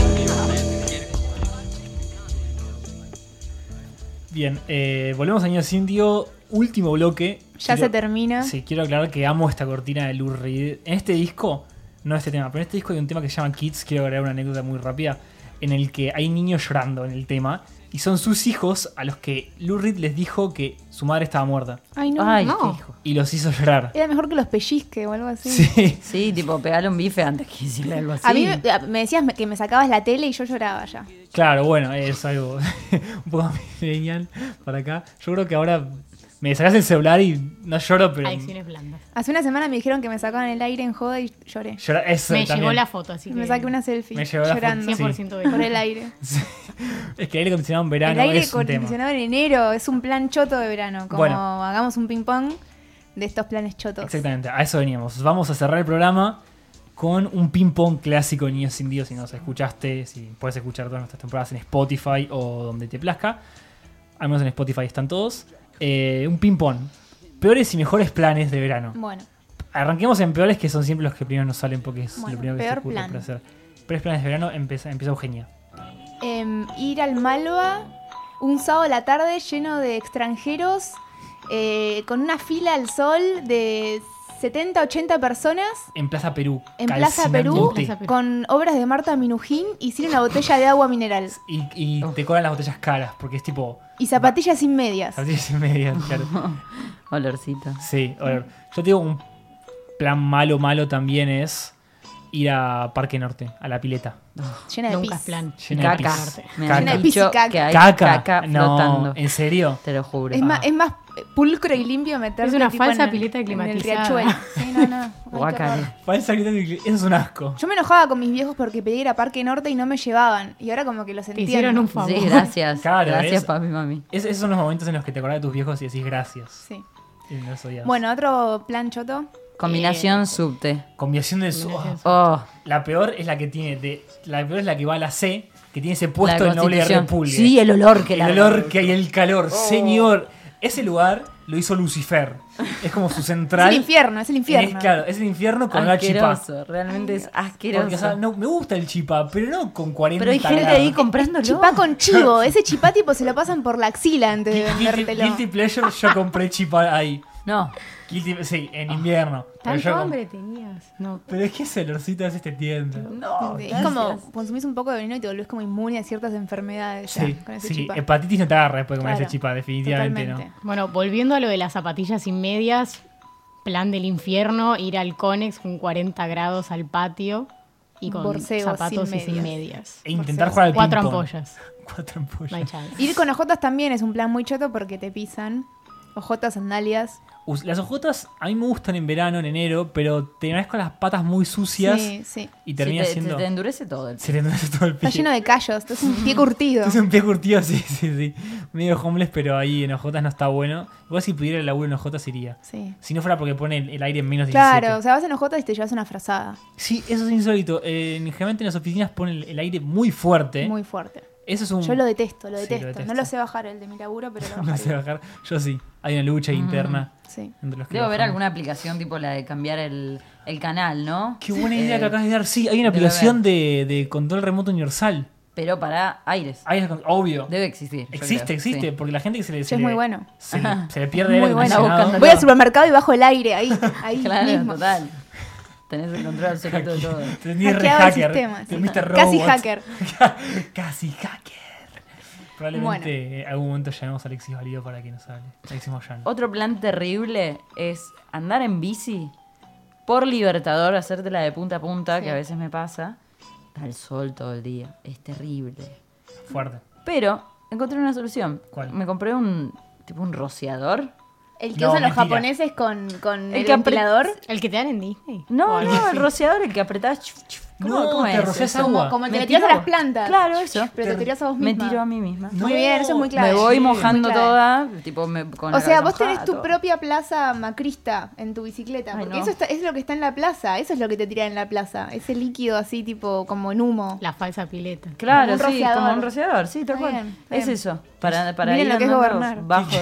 [SPEAKER 4] Bien, eh, volvemos a Niños Indio, último bloque.
[SPEAKER 5] Ya
[SPEAKER 4] Quiero-
[SPEAKER 5] se termina.
[SPEAKER 4] Sí, quiero aclarar que amo esta cortina de Lou Reed. En este disco, no este tema, pero en este disco hay un tema que se llama Kids. Quiero agregar una anécdota muy rápida en el que hay niños llorando en el tema y son sus hijos a los que Lou Reed les dijo que su madre estaba muerta
[SPEAKER 5] Ay, no.
[SPEAKER 6] Ay,
[SPEAKER 9] no.
[SPEAKER 6] qué hijo.
[SPEAKER 4] y los hizo llorar.
[SPEAKER 5] Era mejor que los pellizque o algo así.
[SPEAKER 4] Sí.
[SPEAKER 6] Sí, tipo, pegale un bife antes que decirle algo así.
[SPEAKER 5] A mí me- a- me decías me- que me sacabas la tele y yo lloraba ya.
[SPEAKER 4] Claro, bueno, es algo un poco genial para acá. Yo creo que ahora Me sacas el celular y no lloro, pero.
[SPEAKER 9] Adicciones blandas.
[SPEAKER 5] Hace una semana me dijeron que me sacaban el aire en joda y lloré.
[SPEAKER 4] Llora, eso
[SPEAKER 9] Me
[SPEAKER 4] también.
[SPEAKER 9] llegó la foto, así que.
[SPEAKER 5] Me saqué una selfie
[SPEAKER 4] Me llegó la foto,
[SPEAKER 5] llorando
[SPEAKER 9] 100% de
[SPEAKER 5] por el aire.
[SPEAKER 4] Es que el aire acondicionado en verano
[SPEAKER 5] el aire
[SPEAKER 4] es un tema.
[SPEAKER 5] condicionado en enero es un plan choto de verano. Como
[SPEAKER 4] Bueno.
[SPEAKER 5] hagamos un ping-pong de estos planes chotos.
[SPEAKER 4] Exactamente, a eso veníamos. Vamos a cerrar el programa con un ping-pong clásico de Niños sin Dios. Si nos escuchaste, si puedes escuchar todas nuestras temporadas en Spotify o donde te plazca. Al menos en Spotify están todos. Eh, un ping-pong. Peores y mejores planes de verano.
[SPEAKER 5] Bueno,
[SPEAKER 4] Arranquemos en peores, que son siempre los que primero nos salen porque es
[SPEAKER 5] Bueno,
[SPEAKER 4] lo primero que se
[SPEAKER 5] peor
[SPEAKER 4] ocurre
[SPEAKER 5] plan.
[SPEAKER 4] para hacer. Peores planes de verano, empieza, empieza Eugenia.
[SPEAKER 5] em, ir al Malva un sábado a la tarde lleno de extranjeros, eh, con una fila al sol de 70, 80 personas.
[SPEAKER 4] En Plaza Perú.
[SPEAKER 5] En Plaza Perú,
[SPEAKER 4] calcinante.
[SPEAKER 9] Perú.
[SPEAKER 5] con obras de Marta Minujín, hicieron una botella de agua mineral
[SPEAKER 4] Y, y te cobran las botellas caras, porque es tipo.
[SPEAKER 5] y zapatillas sin medias.
[SPEAKER 4] Zapatillas y media, claro.
[SPEAKER 6] Olorcito.
[SPEAKER 4] Sí, a ver, yo te digo, un plan malo, malo también es ir a Parque Norte, a la pileta.
[SPEAKER 5] Llena de
[SPEAKER 9] Nunca es
[SPEAKER 5] pis.
[SPEAKER 9] plan.
[SPEAKER 4] Llena de
[SPEAKER 6] Caca.
[SPEAKER 4] pis.
[SPEAKER 6] Me
[SPEAKER 4] Caca.
[SPEAKER 6] han
[SPEAKER 5] Llena de pis y
[SPEAKER 6] dicho
[SPEAKER 5] caca.
[SPEAKER 6] que hay
[SPEAKER 4] Caca.
[SPEAKER 6] caca
[SPEAKER 4] no,
[SPEAKER 6] flotando.
[SPEAKER 4] ¿en serio?
[SPEAKER 6] Te lo juro.
[SPEAKER 5] Es, más, es más pulcro y limpio meterse
[SPEAKER 9] Es una
[SPEAKER 5] tipo,
[SPEAKER 9] falsa
[SPEAKER 5] en el-
[SPEAKER 9] pileta climatizada.
[SPEAKER 5] En el riachuelo. Sí, no, no. Ay, qué
[SPEAKER 6] Guácala.
[SPEAKER 5] horror.
[SPEAKER 4] Falsa grita de- Eso es un asco.
[SPEAKER 5] Yo me enojaba con mis viejos porque pedí ir a Parque Norte y no me llevaban. Y ahora como que los
[SPEAKER 9] Te
[SPEAKER 5] entiendo.
[SPEAKER 9] hicieron un favor.
[SPEAKER 6] Sí, gracias.
[SPEAKER 4] Claro,
[SPEAKER 6] gracias,
[SPEAKER 4] es-
[SPEAKER 6] papi, mami.
[SPEAKER 4] Es- esos son los momentos en los que te acordás de tus viejos y decís gracias.
[SPEAKER 5] Sí.
[SPEAKER 4] Y no los odias.
[SPEAKER 5] Bueno, otro plan choto.
[SPEAKER 6] Combinación subte.
[SPEAKER 4] Combinación de su.
[SPEAKER 9] Combinación.
[SPEAKER 6] Oh,
[SPEAKER 4] La peor es la que tiene. de- la peor es la que va a la C, que tiene ese puesto
[SPEAKER 6] la
[SPEAKER 4] de noble de
[SPEAKER 6] Constitución.
[SPEAKER 4] repulgue.
[SPEAKER 6] Sí, el olor que
[SPEAKER 4] El
[SPEAKER 6] la
[SPEAKER 4] olor que hay, el calor. Señor, ese lugar lo hizo Lucifer. Es como su
[SPEAKER 5] Es
[SPEAKER 4] central.
[SPEAKER 5] el infierno, es el infierno.
[SPEAKER 4] Es, claro, es el infierno con una chipa.
[SPEAKER 6] Asqueroso, realmente es asqueroso.
[SPEAKER 4] Porque, o sea, no, me gusta el chipá, pero no con 40
[SPEAKER 6] Pero hay gente
[SPEAKER 4] grados.
[SPEAKER 6] ahí comprándolo.
[SPEAKER 5] Chipá con chivo. Ese chipá tipo se lo pasan por la axila antes de
[SPEAKER 4] Guilty-
[SPEAKER 5] vendértelo.
[SPEAKER 4] Guilty Pleasure, yo compré chipá ahí.
[SPEAKER 6] No,
[SPEAKER 4] Guilty- sí, en invierno. Pero, yo
[SPEAKER 9] Tanto
[SPEAKER 4] comp-
[SPEAKER 9] hambre tenías. No.
[SPEAKER 4] pero es que ese olorcito es este tienda.
[SPEAKER 6] no.
[SPEAKER 5] Sí, Es como consumís un poco de veneno y te volvés como inmune a ciertas enfermedades ya,
[SPEAKER 4] Sí,
[SPEAKER 5] con ese
[SPEAKER 4] sí,
[SPEAKER 5] chipá.
[SPEAKER 4] hepatitis no te agarra después de comer
[SPEAKER 5] Claro,
[SPEAKER 4] ese chipá, definitivamente
[SPEAKER 5] Totalmente.
[SPEAKER 4] no.
[SPEAKER 9] Bueno, volviendo a lo de las zapatillas sin medias, plan del infierno, ir al Conex con 40 grados al patio y con
[SPEAKER 5] Borcegos
[SPEAKER 9] zapatos
[SPEAKER 5] sin
[SPEAKER 9] y sin
[SPEAKER 5] medias.
[SPEAKER 9] medias.
[SPEAKER 4] E intentar jugar al
[SPEAKER 9] Cuatro
[SPEAKER 4] ping-pong.
[SPEAKER 9] ampollas.
[SPEAKER 4] Cuatro
[SPEAKER 9] No hay
[SPEAKER 4] ampollas.
[SPEAKER 9] chance.
[SPEAKER 5] Ir con ojotas también es un plan muy choto porque te pisan. Ojotas, sandalias.
[SPEAKER 4] Us- Las ojotas a mí me gustan en verano, en enero, pero te ves con las patas muy sucias
[SPEAKER 5] Sí, sí.
[SPEAKER 4] y
[SPEAKER 6] Se
[SPEAKER 4] termina
[SPEAKER 6] te,
[SPEAKER 4] siendo...
[SPEAKER 6] se te endurece todo el
[SPEAKER 4] Se te endurece todo el pie.
[SPEAKER 5] Está lleno de callos, esto es un pie curtido.
[SPEAKER 4] Es un pie curtido, sí, sí, sí. Medio homeless, pero ahí en ojotas no está bueno. Igual si pudiera el laburo en ojotas iría.
[SPEAKER 5] Sí.
[SPEAKER 4] Si no fuera porque pone el- el aire en menos 17.
[SPEAKER 5] Claro, o sea, vas en ojotas y te llevas una frazada
[SPEAKER 4] Sí, eso es insólito. Eh, generalmente en las oficinas ponen el, el aire muy fuerte.
[SPEAKER 5] muy fuerte.
[SPEAKER 4] Eso es un...
[SPEAKER 5] Yo lo detesto, lo
[SPEAKER 4] Uh. Sí, lo
[SPEAKER 5] detesto.
[SPEAKER 4] detesto.
[SPEAKER 5] No lo sé bajar el de mi laburo, pero lo
[SPEAKER 4] no
[SPEAKER 5] bajaría.
[SPEAKER 4] sé bajar. Yo sí. Hay una lucha interna
[SPEAKER 5] Sí.
[SPEAKER 4] entre los que
[SPEAKER 6] Debo
[SPEAKER 4] lo
[SPEAKER 6] Mm. haber
[SPEAKER 4] bajan.
[SPEAKER 6] alguna aplicación tipo la de cambiar el, el canal, ¿no?
[SPEAKER 4] Qué buena
[SPEAKER 6] Eh,
[SPEAKER 4] idea que acabas de dar. Sí, hay una
[SPEAKER 6] debe
[SPEAKER 4] aplicación de, de control remoto universal.
[SPEAKER 6] Pero para aires.
[SPEAKER 4] Ahí es- obvio.
[SPEAKER 6] Debe existir. yo
[SPEAKER 4] existe,
[SPEAKER 6] creo,
[SPEAKER 4] existe.
[SPEAKER 6] sí.
[SPEAKER 4] Porque la gente que se le... se
[SPEAKER 5] es
[SPEAKER 4] le-
[SPEAKER 5] muy bueno.
[SPEAKER 4] Se le, se le pierde el
[SPEAKER 6] Muy
[SPEAKER 4] aire
[SPEAKER 6] bueno.
[SPEAKER 4] acondicionado.
[SPEAKER 5] Voy al supermercado y bajo el aire ahí, ahí
[SPEAKER 6] Claro,
[SPEAKER 5] mismo.
[SPEAKER 6] total. Tenés el control absoluto de todo.
[SPEAKER 4] Te vendí re
[SPEAKER 5] Hackeaba el
[SPEAKER 4] hacker.
[SPEAKER 5] sistema,
[SPEAKER 4] te
[SPEAKER 5] sí.
[SPEAKER 4] Mr. Robot.
[SPEAKER 5] Casi hacker.
[SPEAKER 4] Casi hacker. Probablemente eh, algún momento llamemos a Alexis Valido para que nos hable. Alexis Moyano.
[SPEAKER 6] Otro plan terrible es andar en bici por Libertador, hacértela de punta a punta, que a veces me pasa. Está el sol todo el día. Es terrible.
[SPEAKER 5] Oh.
[SPEAKER 4] Fuerte.
[SPEAKER 6] Pero encontré una solución.
[SPEAKER 4] ¿Cuál?
[SPEAKER 6] Me compré un tipo un rociador.
[SPEAKER 5] El que
[SPEAKER 4] No,
[SPEAKER 5] usan los
[SPEAKER 4] mentira.
[SPEAKER 5] japoneses con, con
[SPEAKER 6] El
[SPEAKER 5] el,
[SPEAKER 6] que apre-
[SPEAKER 5] ventilador.
[SPEAKER 9] El que te dan en Disney.
[SPEAKER 6] No,
[SPEAKER 9] Ay,
[SPEAKER 6] no, el rociador, el que apretás. chuf, chuf. ¿Cómo,
[SPEAKER 4] No,
[SPEAKER 6] cómo
[SPEAKER 4] te
[SPEAKER 6] es?
[SPEAKER 4] rociás
[SPEAKER 6] eso?
[SPEAKER 4] agua.
[SPEAKER 5] Como el que
[SPEAKER 6] Me
[SPEAKER 5] le tiras a
[SPEAKER 6] tiro.
[SPEAKER 5] las plantas.
[SPEAKER 6] Claro, eso.
[SPEAKER 5] Pero te tiras a vos
[SPEAKER 6] Me
[SPEAKER 5] misma.
[SPEAKER 6] tiro a mí misma.
[SPEAKER 5] Muy bien, eso es muy claro.
[SPEAKER 6] Me voy
[SPEAKER 5] Sí,
[SPEAKER 6] mojando
[SPEAKER 5] muy clave.
[SPEAKER 6] toda, tipo me, con
[SPEAKER 5] O
[SPEAKER 6] la
[SPEAKER 5] sea,
[SPEAKER 6] cabeza
[SPEAKER 5] vos tenés
[SPEAKER 6] mojada,
[SPEAKER 5] tu
[SPEAKER 6] todo.
[SPEAKER 5] propia plaza macrista en tu bicicleta.
[SPEAKER 6] Ay,
[SPEAKER 5] Porque
[SPEAKER 6] no.
[SPEAKER 5] eso está- es lo que está en la plaza. Eso es lo que te tiran en la plaza. Ese líquido así, tipo, como en humo.
[SPEAKER 9] La falsa pileta.
[SPEAKER 6] Claro,
[SPEAKER 5] como un
[SPEAKER 6] sí,
[SPEAKER 5] rociador.
[SPEAKER 6] como un rociador, sí, tal
[SPEAKER 5] Está
[SPEAKER 6] cual.
[SPEAKER 5] bien, está
[SPEAKER 6] es
[SPEAKER 5] bien.
[SPEAKER 6] eso. Para, para
[SPEAKER 5] Miren
[SPEAKER 6] ir
[SPEAKER 5] lo que es
[SPEAKER 6] andando
[SPEAKER 5] gobernar.
[SPEAKER 6] bajo.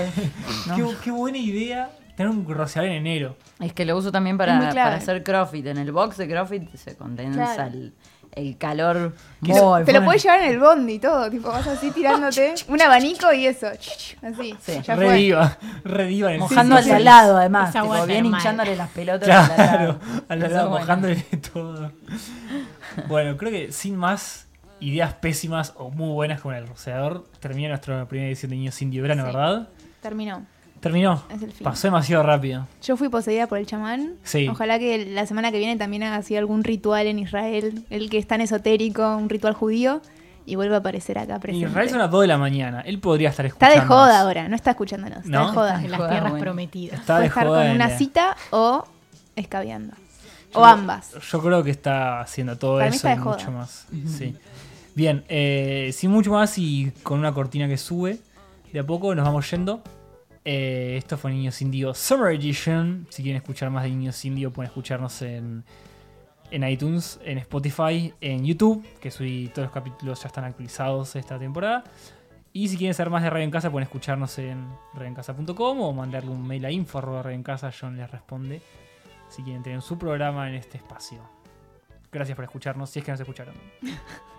[SPEAKER 6] No.
[SPEAKER 4] Qué, qué buena idea tener un rociador en enero.
[SPEAKER 6] Es que lo uso también
[SPEAKER 5] Es
[SPEAKER 6] para,
[SPEAKER 5] muy clave.
[SPEAKER 6] para hacer CrossFit. En el box de CrossFit se condensa
[SPEAKER 5] Claro.
[SPEAKER 6] el, el calor.
[SPEAKER 4] Que
[SPEAKER 6] muy
[SPEAKER 4] lo-
[SPEAKER 5] Te lo
[SPEAKER 4] bueno.
[SPEAKER 5] puedes llevar en el bondi y todo, tipo, vas así tirándote un abanico y eso, así,
[SPEAKER 6] Sí.
[SPEAKER 5] ya
[SPEAKER 4] Re
[SPEAKER 5] fue.
[SPEAKER 4] diva. Re diva en el
[SPEAKER 6] Mojando
[SPEAKER 4] sí, sí,
[SPEAKER 6] al
[SPEAKER 4] sí.
[SPEAKER 6] lado, además.
[SPEAKER 9] Esa agua
[SPEAKER 6] tipo, bien
[SPEAKER 9] termal.
[SPEAKER 6] hinchándole las pelotas. al
[SPEAKER 4] Claro,
[SPEAKER 6] lado.
[SPEAKER 4] al
[SPEAKER 6] Eso
[SPEAKER 4] lado,
[SPEAKER 6] es bueno.
[SPEAKER 4] mojándole todo. Bueno, creo que sin más ideas pésimas o muy buenas con el rociador, termina nuestra primera edición de Niños Sin Verano,
[SPEAKER 5] Sí.
[SPEAKER 4] ¿verdad?
[SPEAKER 5] Terminó,
[SPEAKER 4] Terminó.
[SPEAKER 5] es el fin.
[SPEAKER 4] Pasó demasiado rápido.
[SPEAKER 5] Yo fui poseída por el chamán.
[SPEAKER 4] Sí.
[SPEAKER 5] Ojalá que la semana que viene también haga así algún ritual en Israel, el que es tan esotérico, un ritual judío, y vuelve a aparecer acá
[SPEAKER 4] Y
[SPEAKER 5] presente.
[SPEAKER 4] Ray son las 2 de la mañana. Él podría estar
[SPEAKER 5] Está
[SPEAKER 4] escuchando.
[SPEAKER 5] de joda ahora, no está escuchándonos. Está
[SPEAKER 4] ¿No?
[SPEAKER 5] de joda.
[SPEAKER 9] de las
[SPEAKER 6] Joder,
[SPEAKER 9] tierras
[SPEAKER 6] Ah, bueno.
[SPEAKER 9] prometidas.
[SPEAKER 4] Está
[SPEAKER 5] Puede
[SPEAKER 4] de
[SPEAKER 5] estar
[SPEAKER 4] joda.
[SPEAKER 5] con
[SPEAKER 4] en
[SPEAKER 5] una
[SPEAKER 4] la-
[SPEAKER 5] cita o escabeando.
[SPEAKER 4] Yo-
[SPEAKER 5] o ambas.
[SPEAKER 4] Yo creo que está haciendo todo
[SPEAKER 5] Para mí
[SPEAKER 4] eso
[SPEAKER 5] está
[SPEAKER 4] y
[SPEAKER 5] de joda.
[SPEAKER 4] mucho más. Sí. Bien, eh, sin mucho más y con una cortina que sube, de a poco nos vamos yendo. Eh, esto fue Niños Indio Summer Edition. Si quieren escuchar más de Niños Indio, pueden escucharnos en, en iTunes, en Spotify, en YouTube, que subí todos los capítulos ya están actualizados esta temporada. Y si quieren saber más de Radio en Casa, pueden escucharnos en radioencasa.com o mandarle un mail a info arroba Radio en Casa, John les responde si quieren tener su programa en este espacio. Gracias por escucharnos, si es que nos escucharon.